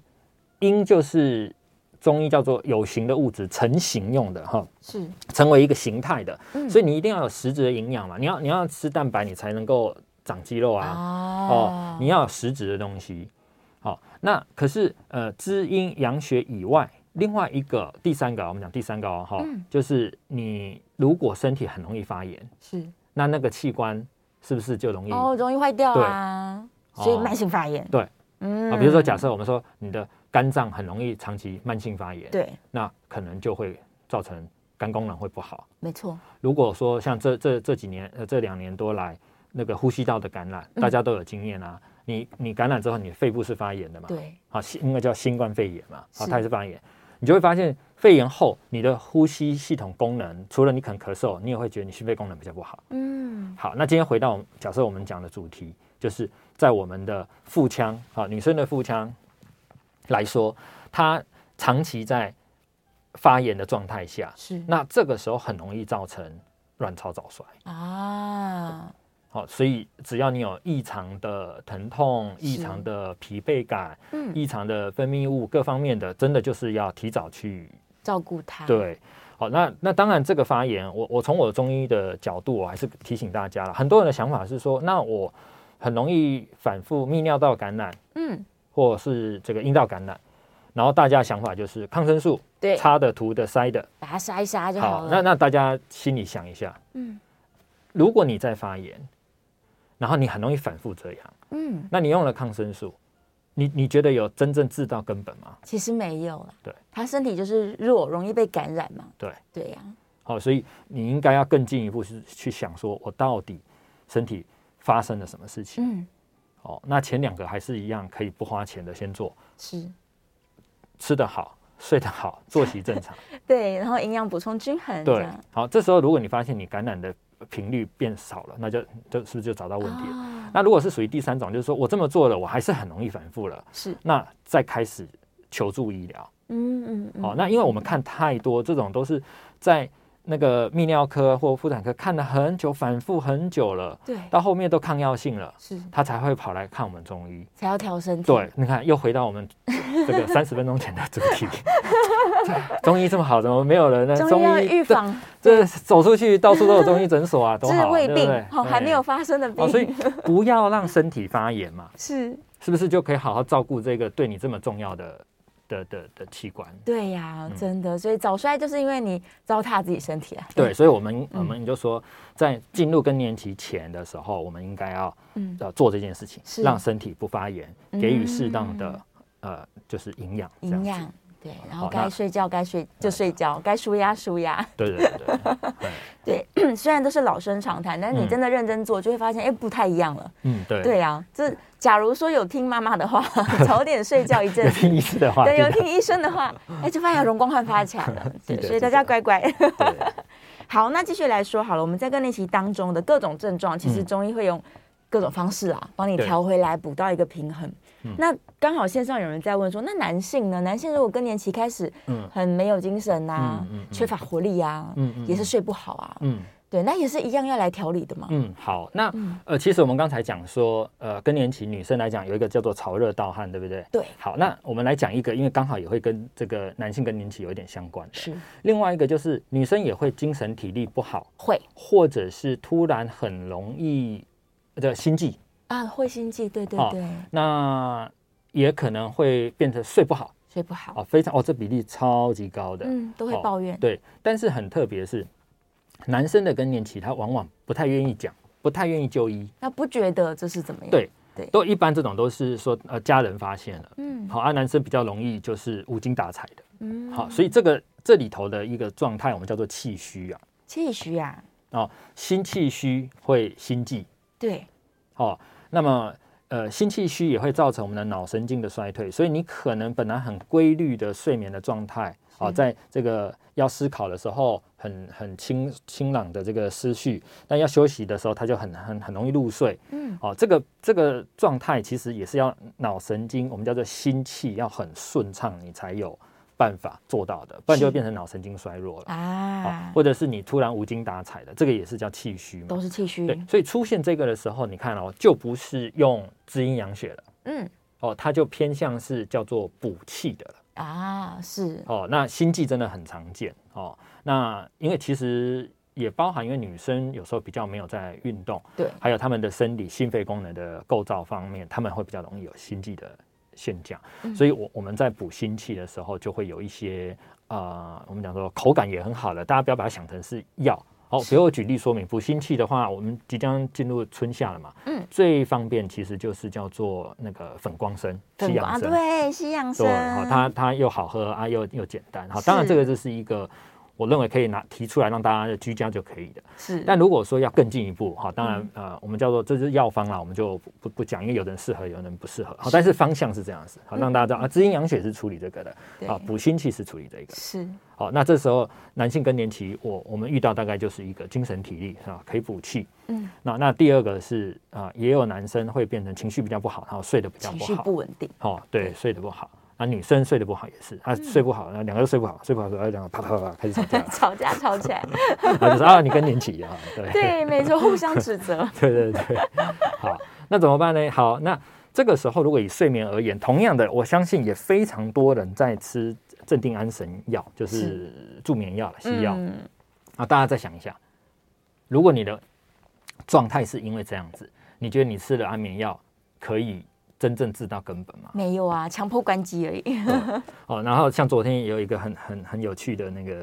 S3: 阴就是中医叫做有形的物质成形用的哈、
S2: 是
S3: 成为一个形态的，
S2: 嗯
S3: 所以你一定要有实质的营养嘛。你要你要吃蛋白，你才能够长肌肉啊。哦
S2: 哦，
S3: 你要有实质的东西。好、那可是呃，滋阴养血以外，另外一个第三个啊，我们讲第三个哦，哈、
S2: 嗯
S3: 就是你如果身体很容易发炎，
S2: 是
S3: 那那个器官是不是就容易、
S2: 哦容易坏掉啊，
S3: 对
S2: 所以
S3: 哦
S2: 慢性发炎
S3: 对
S2: 嗯
S3: 啊？比如说，假设我们说你的肝脏很容易长期慢性发炎，，
S2: 对
S3: 那可能就会造成肝功能会不好。
S2: 没错
S3: 如果说像这这这几年呃这两年多来那个呼吸道的感染，
S2: 嗯
S3: 大家都有经验啊。你你感染之后，你肺部是发炎的嘛？
S2: 对
S3: 啊，新那个叫新冠肺炎嘛，
S2: 是
S3: 啊，它也是发炎，你就会发现肺炎后，你的呼吸系统功能，除了你肯咳嗽，你也会觉得你心肺功能比较不好。
S2: 嗯
S3: 好，那今天回到我们假设我们讲的主题，就是在我们的腹腔，啊，女生的腹腔来说，它长期在发炎的状态下，
S2: 是
S3: 那这个时候很容易造成卵巢早衰。
S2: 啊
S3: 好、所以只要你有异常的疼痛、异常的疲惫感、
S2: 嗯
S3: 异常的分泌物各方面的，真的就是要提早去
S2: 照顾他
S3: 对。好，那那当然，这个发炎，我我从我中医的角度，我还是提醒大家了。很多人的想法是说，那我很容易反复泌尿道感染，
S2: 嗯
S3: 或是这个阴道感染，然后大家的想法就是抗生素，
S2: 对
S3: 擦的、涂的、塞的。
S2: 把它杀一杀就好
S3: 好，
S2: 了
S3: 那那大家心里想一下，
S2: 嗯
S3: 如果你在发炎，然后你很容易反复这样。
S2: 嗯
S3: 那你用了抗生素，你你觉得有真正治到根本吗？
S2: 其实没有啦
S3: 对
S2: 他身体就是弱容易被感染嘛
S3: 对，
S2: 对呀
S3: 好、所以你应该要更进一步是去想说，我到底身体发生了什么事情？
S2: 嗯
S3: 哦，那前两个还是一样，可以不花钱的先做，
S2: 是
S3: 吃得好，睡
S2: (laughs)
S3: 得好，作息正常，
S2: 对然后营养补充均衡这
S3: 对
S2: 样。
S3: 好，这时候如果你发现你感染的频率变少了，那就就是不是就找到问题了？
S2: 啊
S3: 那如果是属于第三种，就是说我这么做了，我还是很容易反复了，
S2: 是
S3: 那再开始求助医疗。
S2: 嗯嗯嗯
S3: 哦，那因为我们看太多这种都是在那个泌尿科或妇产科看了很久，反复很久了，
S2: 对
S3: 到后面都抗药性了，
S2: 是
S3: 他才会跑来看我们中医。
S2: 才要调身体
S3: 对，你看又回到我们这个 (laughs) 三十分钟前的主题，中医这么好，怎么没有人
S2: (laughs)
S3: 呢？
S2: 中医要预
S3: 这
S2: 防
S3: 这走出去到处都有中医
S2: (laughs)
S3: 诊所啊，多
S2: 治
S3: 好，
S2: 未
S3: 对不
S2: 病
S3: 对？
S2: 哦还没有
S3: 哎。
S2: 发生的
S3: 哦，所以
S2: 病
S3: 不要让身体发炎嘛，
S2: 是
S3: 是不是就可以好好照顾这个对你这么重要的的的的器官？
S2: 对呀
S3: 嗯
S2: 真的所以早衰就是因为你糟蹋自己身体啊
S3: 对，所以我们
S2: 嗯
S3: 我们就说，在进入更年期前的时候，我们应该要
S2: 嗯
S3: 要做这件事情
S2: 是，
S3: 让身体不发炎，给予适当
S2: 嗯
S3: 的呃就是营养，这样
S2: 营
S3: 子
S2: 养。对然后
S3: 好那
S2: 该睡觉该睡就睡觉该舒压舒压 (laughs)
S3: 对对对对，对
S2: 对虽然都是老生常谈但是你
S3: 嗯
S2: 真的认真做就会发现哎不太一样了。
S3: 嗯对。
S2: 对啊，这假如说有听妈妈的话， (laughs) 早点睡觉一阵
S3: (laughs) 有
S2: 子。
S3: 听医师的话，
S2: 对，有
S3: 记得
S2: 听医生的话，哎，就发现容光焕发起来了。
S3: (laughs)
S2: 对，
S3: 记得
S2: 所以大家
S3: 记得
S2: 乖乖。
S3: 对
S2: 好，那继续来说好了，我们在更年期当中的各种症状，其实
S3: 嗯
S2: 中医会用各种方式啊，帮你
S3: 对
S2: 调回来，补到一个平衡
S3: 嗯。
S2: 那刚好线上有人在问说，那男性呢？男性如果更年期开始
S3: 嗯
S2: 很没有精神啊
S3: 嗯嗯，嗯
S2: 缺乏活力啊，
S3: 嗯嗯
S2: 也是睡不好啊，
S3: 嗯
S2: 对，那也是一样要来调理的嘛。
S3: 嗯好，那
S2: 嗯
S3: 呃其实我们刚才讲说，呃更年期女生来讲有一个叫做潮热盗汗，对不对？
S2: 对，
S3: 好，那我们来讲一个，因为刚好也会跟这个男性更年期有一点相关的。
S2: 是
S3: 另外一个就是女生也会精神体力不好，
S2: 会
S3: 或者是突然很容易呃的心悸，
S2: 啊，会心悸，对对
S3: 哦
S2: 对，
S3: 那也可能会变成睡不好
S2: 睡不好
S3: 哦，，非常哦，这比例超级高的，
S2: 嗯，都会
S3: 哦
S2: 抱怨，
S3: 对。但是很特别的是，男生的更年期他往往不太愿意讲，不太愿意就医，
S2: 那不觉得这是怎么样？
S3: 对
S2: 对
S3: 都一般这种都是说呃家人发现了，
S2: 嗯，
S3: 好，啊男生比较容易就是无精打采的，
S2: 嗯，
S3: 好，所以这个这里头的一个状态我们叫做气虚啊，
S2: 气虚啊，
S3: 哦，心气虚会心悸，
S2: 对，
S3: 哦，那么呃，心气虚也会造成我们的脑神经的衰退，所以你可能本来很规律的睡眠的状态，哦，在这个要思考的时候很很清清朗的这个思绪，但要休息的时候它就很很很容易入睡，
S2: 嗯，
S3: 哦，这个这个状态其实也是要脑神经，我们叫做心气要很顺畅，你才有办法做到的，不然就会变成脑神经衰弱了。哦
S2: 啊，，
S3: 或者是你突然无精打采的，这个也是叫气虚嘛。
S2: 都是气虚，
S3: 对，所以出现这个的时候，你看哦，就不是用滋阴养血了。
S2: 嗯，
S3: 哦，它就偏向是叫做补气的了。
S2: 啊，是，
S3: 哦，那心悸真的很常见哦。那因为其实也包含，因为女生有时候比较没有在运动，
S2: 对，
S3: 还有她们的生理心肺功能的构造方面，她们会比较容易有心悸的现象。
S2: 嗯
S3: 所以我我们在补心气的时候，就会有一些啊、呃我们讲说口感也很好了，大家不要把它想成是药。好，比如我举例说明，补心气的话，我们即将进入春夏了嘛，
S2: 嗯，
S3: 最方便其实就是叫做那个粉光参、西
S2: 粉
S3: 洋
S2: 啊，
S3: 参，
S2: 对，西洋参
S3: 对，好，，它它又好喝啊，又又简单，好，当然
S2: 是
S3: 这个就是一个我认为可以拿提出来让大家居家就可以的。
S2: 是，
S3: 但如果说要更进一步，哈，当然
S2: 嗯
S3: 呃，我们叫做这是药方啦，我们就不不不讲，因为有的人适合，有的人不适合。好，但是方向是这样子，好，让大家知道啊，滋阴养血是处理这个的，
S2: 嗯对
S3: 啊，补心气是处理这个。
S2: 是，
S3: 好，那这时候男性更年期，我我们遇到大概就是一个精神体力啊，可以补气。
S2: 嗯，
S3: 那那第二个是啊，也有男生会变成情绪比较不好，然后睡得比较
S2: 情
S3: 不
S2: 绪
S3: 好，
S2: 不稳定，，
S3: 哦，对，睡得不好。那女生睡得不好也是，她睡不好，然后两个都睡不好，睡不好的时候，然后啪啪啪啪开始吵架
S2: (laughs) 吵架吵起来，
S3: 然后就说啊，你更年期啊， (laughs) 对
S2: 对，没错，互相指
S3: (laughs)
S2: 责，
S3: 对对对，好，那怎么办呢？好，那这个时候如果以睡眠而言，同样的，我相信也非常多人在吃镇定安神药，就是助眠药了，西药。
S2: 嗯，
S3: 啊，大家再想一下，如果你的状态是因为这样子，你觉得你吃了安眠药可以真正治到根本吗？
S2: 没有啊，强迫关机而已， (laughs)
S3: 哦，然后像昨天也有一个很很很有趣的那个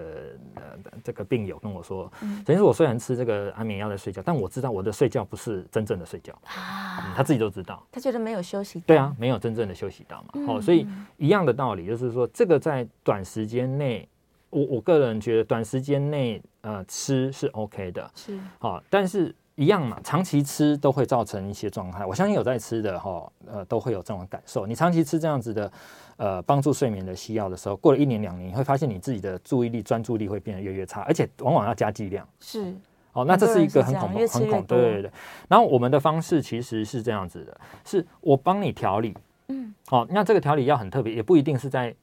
S3: 呃这个病友跟我说，
S2: 嗯
S3: 首先是我虽然吃这个安眠药在睡觉，但我知道我的睡觉不是真正的睡觉，嗯
S2: 啊，
S3: 他自己都知道。
S2: 他觉得没有休息，
S3: 对，啊，没有真正的休息到嘛。哦，所以一样的道理，就是说这个在短时间内，我我个人觉得短时间内呃吃是 OK 的，
S2: 是，
S3: 好、但是一样嘛，长期吃都会造成一些状态。我相信有在吃的哈、呃，都会有这种感受。你长期吃这样子的，呃，帮助睡眠的西药的时候，过了一年两年，你会发现你自己的注意力、专注力会变得越来越差，而且往往要加剂量。
S2: 是，
S3: 哦，那这
S2: 很多
S3: 是一
S2: 人
S3: 个
S2: 是
S3: 很
S2: 这样
S3: 恐怖、
S2: 越吃
S3: 很
S2: 越
S3: 恐
S2: 多
S3: 对对对。然后我们的方式其实是这样子的，是我帮你调理，
S2: 嗯，
S3: 哦，那这个调理药很特别，也不一定是在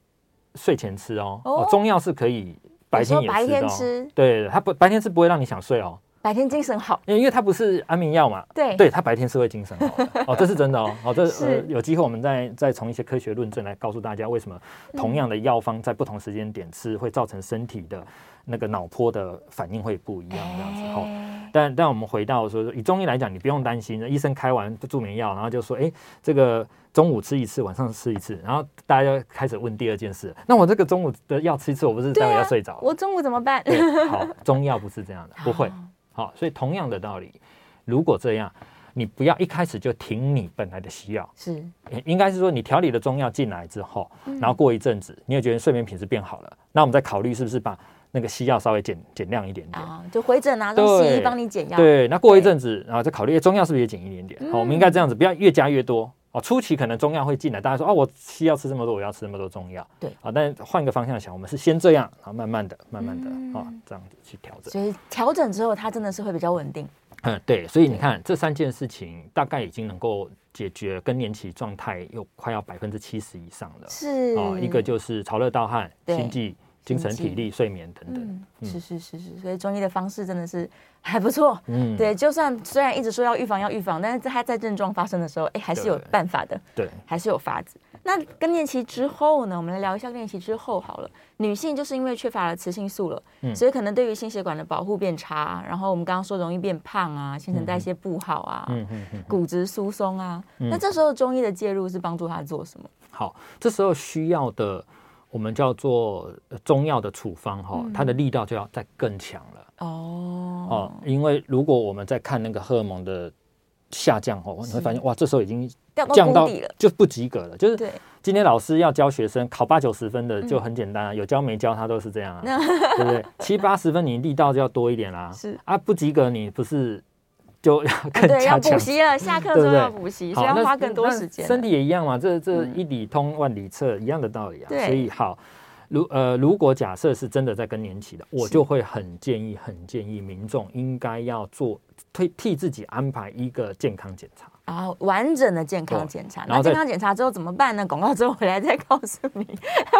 S3: 睡前吃哦，
S2: 哦
S3: 中药是可以白
S2: 有时
S3: 天
S2: 候
S3: 也吃的、哦，
S2: 白天吃
S3: 对，它不白天吃不会让你想睡哦，
S2: 白天精神好，
S3: 因为因为它不是安眠药嘛，
S2: 对，
S3: 对，它白天是会精神好的哦，这是真的哦，哦，这呃
S2: 是
S3: 有机会我们再再从一些科学论证来告诉大家为什么
S2: 嗯
S3: 同样的药方在不同时间点吃会造成身体的那个脑波的反应会不一样这样子哈。哦
S2: 哎
S3: 但但我们回到说，以中医来讲，你不用担心，医生开完助眠药，然后就说，哎，这个中午吃一次，晚上吃一次，然后大家就开始问第二件事，那我这个中午的药吃一次，我不是待会要睡着？
S2: 啊我中午怎么办？
S3: 对，好，中药不是这样的，不会
S2: 哦。
S3: 好，所以同样的道理，如果这样，你不要一开始就停你本来的西药，
S2: (laughs) 是，
S3: 诶应该是说你调理的中药进来之后，
S2: 嗯
S3: 然后过一阵子，你也觉得睡眠品质变好了，那我们再考虑是不是把那个西药稍微减减量一点点。
S2: 啊，就回诊啊，让西医
S3: 对
S2: 帮你减药。，
S3: 对，那过一阵子，然后再考虑诶哎中药是不是也减一点点？好，我们应该这样子，
S2: 嗯
S3: 不要越加越多。哦，初期可能中药会进来，大家说哦，我西药吃这么多，我要吃这么多中药。
S2: 对
S3: 啊，但是换一个方向想，我们是先这样，然后慢慢的、慢慢的啊、哦
S2: 嗯
S3: 这样子去调整。
S2: 所以调整之后，它真的是会比较稳定。
S3: 嗯，对，所以你看这三件事情大概已经能够解决更年期状态有快要百分之七十以上了。
S2: 是
S3: 哦，一个就是潮热、盗汗、
S2: 对
S3: 心悸、精神、
S2: 心悸
S3: 体力、睡眠等等。
S2: 嗯，是是是是，所以中医的方式真的是还不错。
S3: 嗯，
S2: 对，就算虽然一直说要预防要预防，但是它在症状发生的时候，哎，还是有
S3: 对
S2: 办法的，
S3: 对，嗯
S2: 还是有法子。那更年期之后呢？我们来聊一下更年期之后好了。女性就是因为缺乏了雌性素了，
S3: 嗯
S2: 所以可能对于心血管的保护变差，然后我们刚刚说容易变胖啊，新陈代谢不好啊，
S3: 嗯嗯嗯。
S2: 骨质疏松啊。那这时候中医的介入是帮助他做什么？
S3: 好，这时候需要的我们叫做呃中药的处方哈、它的力道就要再更强了。
S2: 嗯哦，
S3: 哦，因为如果我们在看那个荷尔蒙的下降哦，你会发现哇，这时候已经
S2: 掉到
S3: 降
S2: 谷
S3: 到
S2: 底了。
S3: 就不及格了。就是
S2: 对，嗯
S3: 今天老师要教学生考八九十分的就很简单啊，有教没教他都是这
S2: (laughs)
S3: 样啊，对不对？七八十分你力道就要多一点啦、
S2: 是
S3: 啊，不及格你不是就要
S2: 啊
S3: 更
S2: 对，
S3: 加
S2: 要补
S3: 强？
S2: 习了，下课之
S3: 对不
S2: 后
S3: 对
S2: 要补习，所以
S3: 好
S2: 要
S3: 那
S2: 花更多
S3: 那
S2: 时间了。
S3: 身体也一样嘛，这这
S2: 嗯
S3: 一理通万里测一样的道理啊。
S2: 对
S3: 所以好，如呃，如果假设是真的在更年期的，我就会很建议，很建议民众应该要做替替自己安排一个健康检查。
S2: 啊，完整的健康
S3: 对
S2: 检查。
S3: 然
S2: 那
S3: 后再
S2: 健康检查之后怎么办呢？广告之后回来再告诉你。 (laughs)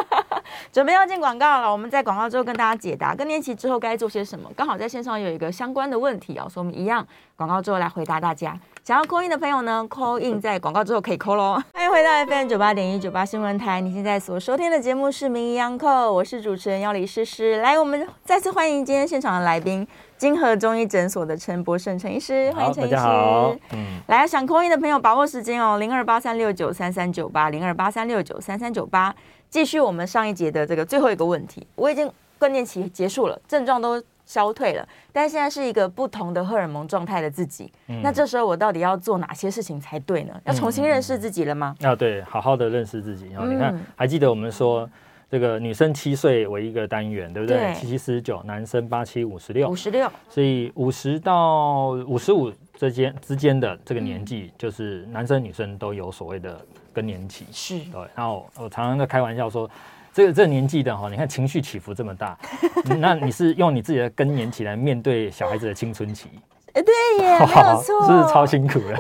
S2: 准备要进广告了，我们在广告之后跟大家解答更年期之后该做些什么。刚好在线上有一个相关的问题哦，所以我们一样广告之后来回答大家。想要 call in 的朋友呢，call in 在广告之后可以 call 喽。 (laughs) 欢迎回到 FM 九八点一九八新闻台，你现在所收听的节目是《名医央叩》，我是主持人要李诗诗。来，我们再次欢迎今天现场的来宾，金河中医诊所的陈博胜陈医师，欢
S3: 好，
S2: 迎陈
S3: 大
S2: 医师。
S3: 家好，嗯，
S2: 来，想扣音的朋友把握时间哦，零二八三六九三三九八，零二八三六九三三九八。继续我们上一节的这个最后一个问题，我已经更年期结束了，症状都消退了，但是现在是一个不同的荷尔蒙状态的自己。
S3: 嗯
S2: 那这时候我到底要做哪些事情才对呢？要重新认识自己了吗？
S3: 啊，对，好好的认识自己。然哦后你看
S2: 嗯，
S3: 还记得我们说。这个女生七岁为一个单元，对不
S2: 对
S3: 对？七七四十九，男生八七五十六
S2: 五，十六，
S3: 所以五十到五十五之间之间的这个年
S2: 嗯
S3: 纪，就是男生女生都有所谓的更年期。
S2: 是
S3: 对，然后我我常常在开玩笑说，这个这个年纪的哈，你看情绪起伏这么大， (laughs) 嗯那你是用你自己的更年期来面对小孩子的青春期，
S2: 哎，对耶，没有错，
S3: 是不是超辛苦
S2: (laughs)
S3: 了？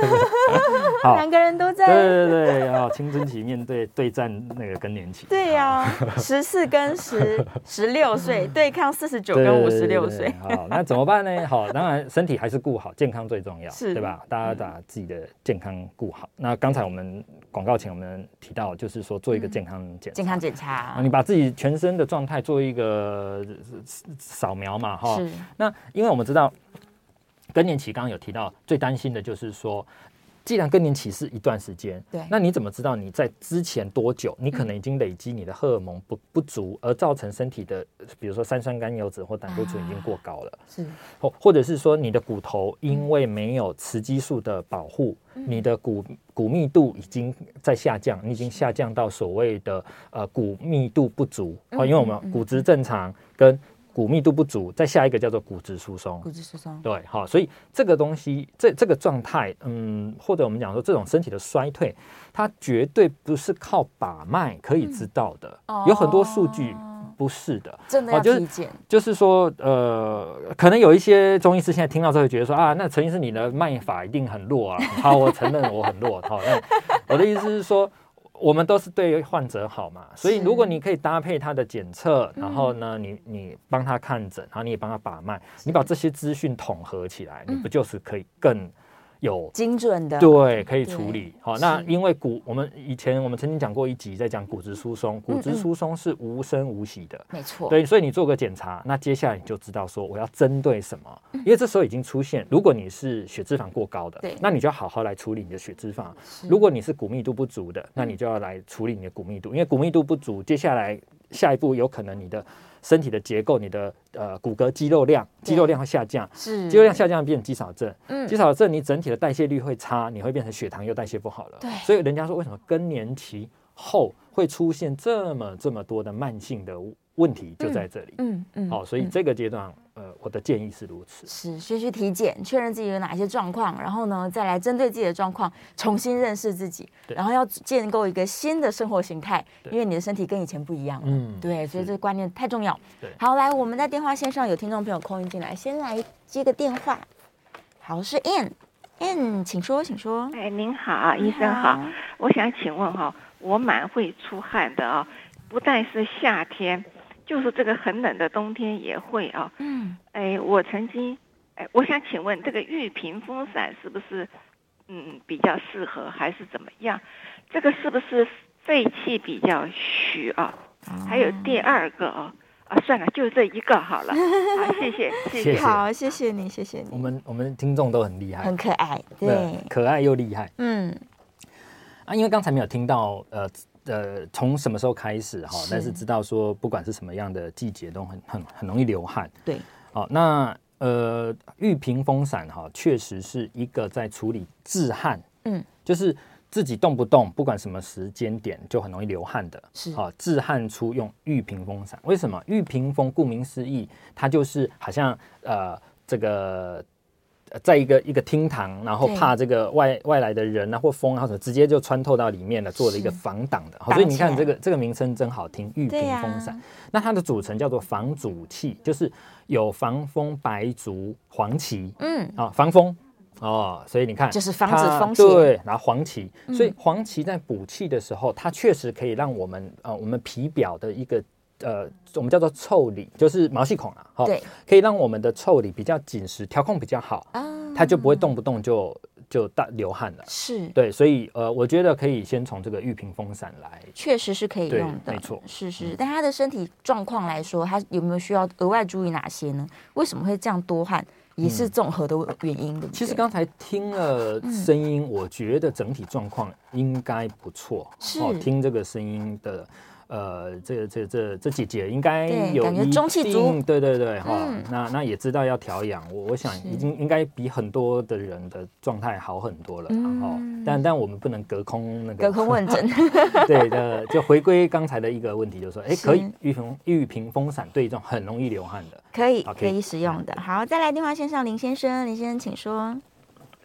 S3: 好
S2: 两，个人都
S3: 对
S2: 在。
S3: 对对，然后青春期面对对战那个更年期，
S2: 对呀、
S3: (laughs)
S2: 十四跟十十六岁对抗四十九
S3: 对
S2: 跟
S3: 对
S2: 五
S3: 对
S2: 十六
S3: 对
S2: 岁，
S3: 好，那怎么办呢？好，当然身体还是顾好，健康最重要，
S2: 是
S3: 对吧？大家把自己的健康顾好。那刚才我们广告前我们提到，就是说做一个健康检查，
S2: 健康检
S3: 啊，
S2: 查
S3: 你把自己全身的状态做一个呃扫描嘛，哈。
S2: 是
S3: 那因为我们知道更年期，刚刚有提到，最担心的就是说，既然更年期是一段时间，
S2: 对
S3: 那你怎么知道你在之前多久，你可能已经累积你的荷尔蒙不不足，而造成身体的，比如说三酸甘油脂或胆固醇已经过高了，
S2: 是
S3: 或、或者是说你的骨头因为没有雌激素的保护，你的骨骨密度已经在下降，你已经下降到所谓的呃骨密度不足啊、因为我们骨质正常跟骨密度不足，再下一个叫做骨质疏松
S2: 骨。质疏松。
S3: 对，好，所以这个东西，这这个状态，嗯，或者我们讲说这种身体的衰退，它绝对不是靠把脉可以知道的，有很多数据
S2: 哦
S3: 不是的。
S2: 真的
S3: 哦
S2: 要
S3: 就是
S2: 体检，
S3: 就是说，呃，可能有一些中医师现在听到之后会觉得说啊，那陈医师你的脉法一定很弱啊。 (laughs) 好，我承认我很弱。好，那我的意思是说，我们都是对患者好嘛，所以
S2: 是嗯
S3: 如果你可以搭配他的检测，然后呢，你你帮他看诊，然后你也帮他把脉，你把这些资讯统合起来，你
S2: 嗯
S3: 不就是可以更有
S2: 精准的，
S3: 对，可以
S2: 对
S3: 处理。好、
S2: 是
S3: 那因为骨，我们以前我们曾经讲过一集在讲骨质疏松，骨
S2: 嗯
S3: 质
S2: 嗯
S3: 疏松是无声无息的。
S2: 没错，
S3: 对，所以你做个检查，那接下来你就知道说我要针对什么，因为这时候已经出现，如果你是血脂肪过高的
S2: 嗯对，
S3: 那你就要好好来处理你的血脂肪；
S2: 是嗯
S3: 如果你是骨密度不足的，那你就要来处理你的骨密度，因为骨密度不足，接下来下一步有可能你的身体的结构、你的呃骨骼肌肉量、肌肉量会下降，
S2: 是
S3: 肌肉量下降变肌少症，
S2: 嗯
S3: 肌少症你整体的代谢率会差，你会变成血糖又代谢不好了。
S2: 对
S3: 所以人家说为什么更年期后会出现这么这么多的慢性的问题，就在这里。
S2: 嗯嗯，
S3: 好、所以
S2: 嗯
S3: 这个阶段，呃，我的建议是如此。
S2: 是先去体检，确认自己有哪些状况，然后呢，再来针对自己的状况重新认识自己，
S3: 对
S2: 然后要建构一个新的生活形态，
S3: 对
S2: 因为你的身体跟以前不一样了。
S3: 嗯，
S2: 对，所以
S3: 是
S2: 这个观念太重要
S3: 对。
S2: 好，来，我们在电话线上有听众朋友空音进来，先来接个电话。好，是 Ann，Ann，请说，请说。
S4: 哎，您好，医生好，我想请问哈、我蛮会出汗的啊、不但是夏天，就是这个很冷的冬天也会啊。
S2: 嗯，
S4: 哎，我曾经，哎，我想请问这个玉屏风散是不是，嗯，比较适合还是怎么样？这个是不是肺气比较虚啊？还有第二个啊，啊，算了，就这一个好了。好，谢谢，谢
S3: 谢
S4: 谢
S3: 谢。
S2: 好，谢谢你，谢谢
S3: 我
S2: 你，
S3: 们我们听众都很厉害
S2: 很，可爱，对，
S3: 可爱又厉害
S2: 嗯，
S3: 啊！因为刚才没有听到，呃呃，从什么时候开始哈、
S2: 是
S3: 但是知道说，不管是什么样的季节，都很很很容易流汗。
S2: 对，
S3: 好、那呃，玉屏风散哈、确实是一个在处理制汗，
S2: 嗯，
S3: 就是自己动不动，不管什么时间点，就很容易流汗的，
S2: 是
S3: 啊，制汗出用玉屏风散，为什么？玉屏风顾名思义，它就是好像呃这个。呃在一个一个厅堂，然后
S2: 对
S3: 怕这个外外来的人啊或风啊或者直接就穿透到里面了，做了一个
S2: 是
S3: 防挡的。好，
S2: 挡
S3: 所以你
S2: 起来
S3: 看这个这个名称真好听，玉屏
S2: 对呀
S3: 风散。那它的组成叫做防阻器，就是有防风、白竹、黄芪
S2: 嗯，
S3: 啊，防风哦，所以你看
S2: 就是防止
S3: 它
S2: 风邪嗯
S3: 对，然后黄芪，所以黄芪在补气的时候，它确实可以让我们呃我们皮表的一个。呃，我们叫做腠理，就是毛细孔啊，好
S2: 对，
S3: 可以让我们的腠理比较紧实，调控比较好，
S2: 啊，
S3: 它就不会动不动就就大流汗了。
S2: 是，
S3: 对，所以呃，我觉得可以先从这个玉屏风散来
S2: 确实是可以
S3: 对
S2: 用的，
S3: 没错
S2: 是是。但他的身体状况来说，他有没有需要额外注意哪些呢？为什么会这样多汗，也是综合的原因，对不对？
S3: 其实刚才听了声音，我觉得整体状况应该不错。哦
S2: 是
S3: 听这个声音的，呃，这这这这姐姐应该
S2: 对
S3: 有
S2: 感觉
S3: 一
S2: 中气足
S3: 定对对对，哈、
S2: 嗯
S3: 那那也知道要调养。我我想
S2: 是
S3: 已经应该比很多的人的状态好很多了啦，然后、但但我们不能隔空那个
S2: 嗯隔空问诊，
S3: (laughs) 对的，就回归刚才的一个问题，就是说，哎，
S2: 是
S3: 可以预防预屏风伞对这种很容易流汗的。
S2: 可以
S3: 好
S2: 可
S3: 可以
S2: 以使用的。好，再来电话线上林先生，林先生请说。
S5: (laughs)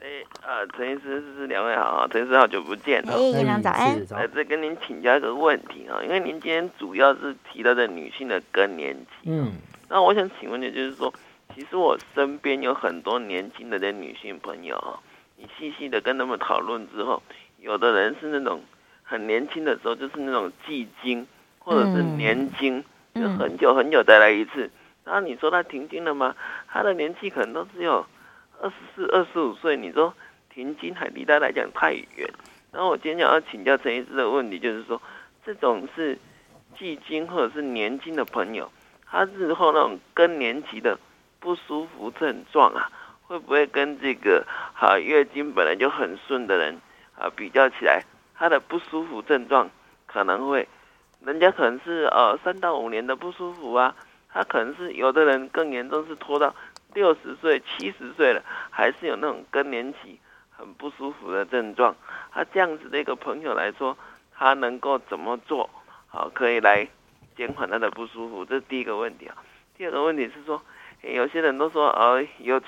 S5: 哎，呃，陈医师，是两位好啊，陈医师好久不见
S2: 哎，
S5: 哦。
S2: 院长早
S3: 哎
S2: 安
S3: 是。早
S5: 呃，再跟您请教一个问题啊，因为您今天主要是提到的女性的更年期，
S3: 嗯
S5: 那我想请问的就是说，其实我身边有很多年轻的这女性朋友啊，你细细的跟他们讨论之后，有的人是那种很年轻的时候就是那种季经或者是
S2: 嗯
S5: 年经，就
S2: 嗯
S5: 很久很久再来一次。然后你说她停经了吗？她的年纪可能都只有二十四、二十五岁，你说停经还离她来讲太远。然后我今天想要请教陈医师的问题就是说，这种是季经或者是年经的朋友，他日后那种更年期的不舒服症状啊，会不会跟这个啊月经本来就很顺的人啊比较起来，他的不舒服症状可能会，人家可能是呃三到五年的不舒服啊，他可能是有的人更严重是拖到六十岁、七十岁了，还是有那种更年期很不舒服的症状。他这样子的一个朋友来说，他能够怎么做好、可以来减缓他的不舒服？这是第一个问题啊。第二个问题是说，诶有些人都说呃有吃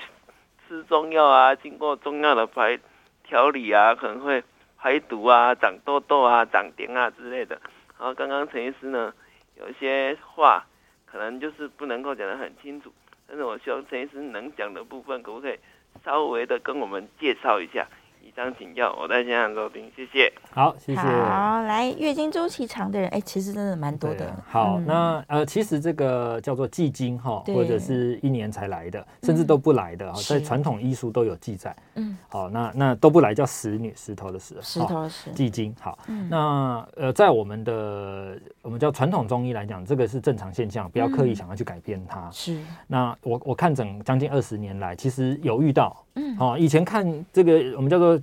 S5: 吃中药啊，经过中药的排调理啊，可能会排毒啊、长痘痘啊、长点啊之类的。然后刚刚陈医师呢，有一些话可能就是不能够讲得很清楚，但是我希望陈医师能讲的部分，可不可以稍微的跟我们介绍一下？以上请教，我在现场收听，谢谢。
S3: 好，谢谢。
S2: 好，来月经周期长的人，哎，其实真的蛮多
S3: 对
S2: 的
S3: 啊。好，
S2: 嗯
S3: 那呃，其实这个叫做季经哈，
S2: 对嗯
S3: 或者是一年才来的，甚至都不来的，哈
S2: 是
S3: 在传统医书都有记载。
S2: 嗯，
S3: 好，那那都不来叫石女石头的石，
S2: 石
S3: 好
S2: 头嗯的石，
S3: 季经。好，那呃，在我们的我们叫传统中医来讲，这个是正常现象，不要刻意
S2: 嗯
S3: 想要去改变它。
S2: 是
S3: 那我我看整将近二十年来，其实有遇到，
S2: 嗯
S3: 哦，以前看这个我们叫做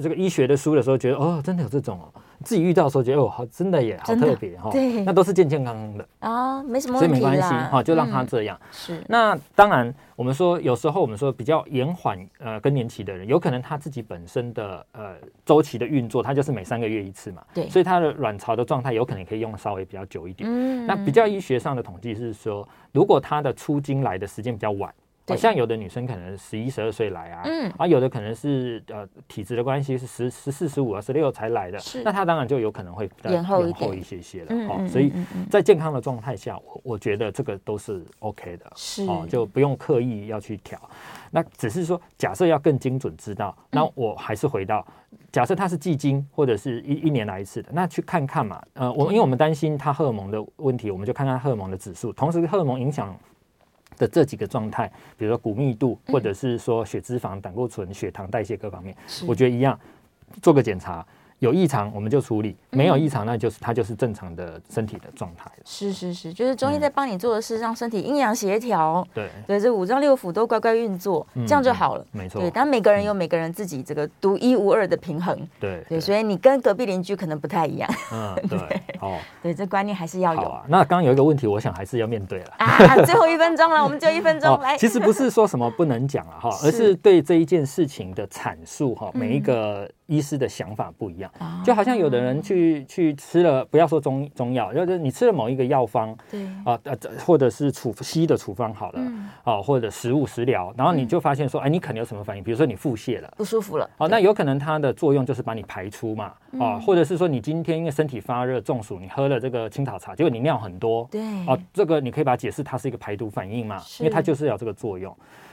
S3: 这个医学的书的时候，觉得哦，真的有这种哦。自己遇到的时候觉得哦，好，真的也好
S2: 真的
S3: 特别哈，
S2: 对
S3: 那都是健健康康的，
S2: 啊，没什么
S3: 所以
S2: 问
S3: 没
S2: 题
S3: 关系
S2: 啦
S3: 哈、。哦就让它
S2: 嗯
S3: 这样。
S2: 是
S3: 那当然，我们说有时候我们说比较延缓呃更年期的人，有可能他自己本身的呃周期的运作，它就是每三个月一次嘛，
S2: 对
S3: 所以他的卵巢的状态有可能可以用稍微比较久一点。
S2: 嗯
S3: 那比较医学上的统计是说，如果她的出经来的时间比较晚，好
S2: 对
S3: 像有的女生可能十一、十二岁来啊，
S2: 嗯
S3: 啊，有的可能是呃体质的关系是十十四、十五啊、十六才来的
S2: 是，
S3: 那她当然就有可能会比较
S2: 延后一点
S3: 一些些了
S2: 嗯，
S3: 哦
S2: 嗯，
S3: 所以
S2: 嗯嗯嗯
S3: 在健康的状态下，我我觉得这个都是 OK 的，
S2: 是
S3: 哦，就不用刻意要去调。那只是说，假设要更精准知道，那我还是回到，假设它是季经或者是一一年来一次的，那去看看嘛。呃，我因为我们担心它荷尔蒙的问题，我们就看看荷尔蒙的指数，同时荷尔蒙影响。的这几个状态，比如说骨密度，或者是说血脂肪、胆固醇、血糖代谢各方面，我觉得一样，做个检查。有异常我们就处理，没有异常那就是它就是正常的身体的状态了。
S2: 是是是，就是中
S3: 嗯
S2: 医在帮你做的是让身体阴阳协调，
S3: 对，
S2: 对，这五脏六腑都乖乖运作，
S3: 嗯
S2: 这样就好了。
S3: 嗯没错
S2: 对，但每个人有每个人自己这个独一无二的平衡。
S3: 对
S2: 对，所以你跟隔壁邻居可能不太一样。
S3: 嗯对哦
S2: 对，这观念还是要有
S3: 好啊。那刚刚有一个问题，我想还是要面对了。
S2: 啊。最后一分钟了，我们就一分钟
S3: 哦
S2: 来。
S3: 其实不是说什么不能讲
S2: (laughs)
S3: 啊了哈，
S2: 是
S3: 而是对这一件事情的阐述哈，
S2: 嗯
S3: 每一个医师的想法不一样。
S2: 啊
S3: 就好像有的人去去吃了，不要说中中药，就是你吃了某一个药方
S2: 对，
S3: 啊，呃，这或者是处西的处方好了，
S2: 嗯
S3: 啊，或者食物食疗，然后你就发现说，哎，你可能有什么反应，比如说你腹泻了。
S2: 不舒服了。
S3: 哦，那有可能它的作用就是把你排出嘛，
S2: 嗯
S3: 哦，或者是说你今天因为身体发热中暑，你喝了这个青草茶，结果你尿很多，
S2: 对，
S3: 哦，这个你可以把它解释它是一个排毒反应嘛，
S2: 是
S3: 因为它就是要这个作用。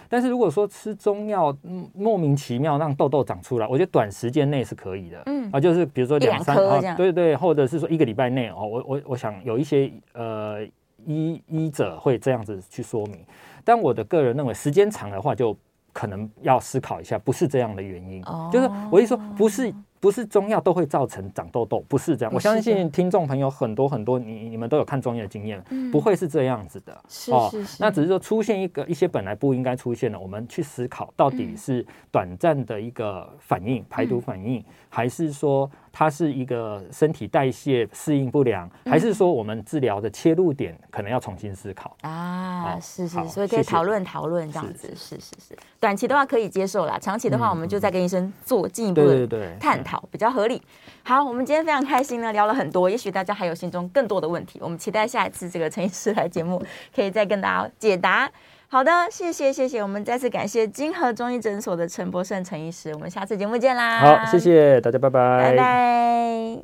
S3: 但是如果说吃中药，嗯，莫名其妙让痘痘长出来，我觉得短时间内是可以的，
S2: 嗯
S3: 啊，就是比如说
S2: 一两
S3: 两三，
S2: 颗
S3: 啊
S2: 这样
S3: 对对，或者是说一个礼拜内哦，我我我想有一些呃医医者会这样子去说明，但我的个人认为，时间长的话就可能要思考一下，不是这样的原因，
S2: 哦
S3: 就是我一说不是。不是中药都会造成长痘痘，不是这样。
S2: 不
S3: 我
S2: 是
S3: 相
S2: 这
S3: 信听众朋友很多很多，你你们都有看中医的经验，不会是这样子的。
S2: 嗯是是是
S3: 哦那只是说出现一个一些本来不应该出现的，我们去思考到
S2: 嗯
S3: 底是短暂的一个反应，排毒反应，还是说它是一个身体代谢适应不良，还
S2: 嗯
S3: 是说我们治疗的切入点可能要重新思考。
S2: 啊，
S3: 好
S2: 是是，
S3: 哦好
S2: 所以可以
S3: 谢谢
S2: 讨论讨论这样
S3: 是
S2: 子，是是是。短期的话可以接受啦，长期的话
S3: 嗯
S2: 我们就再跟医生做进一步
S3: 对对
S2: 的
S3: 对，
S2: 探讨，比较合理。好，我们今天非常开心呢，聊了很多，也许大家还有心中更多的问题，我们期待下一次这个陈医师来节目可以再跟大家解答。好的，谢谢谢谢，我们再次感谢金河中医诊所的陈博胜陈医师，我们下次节目见啦。
S3: 好，谢，谢大家，拜
S2: 拜拜。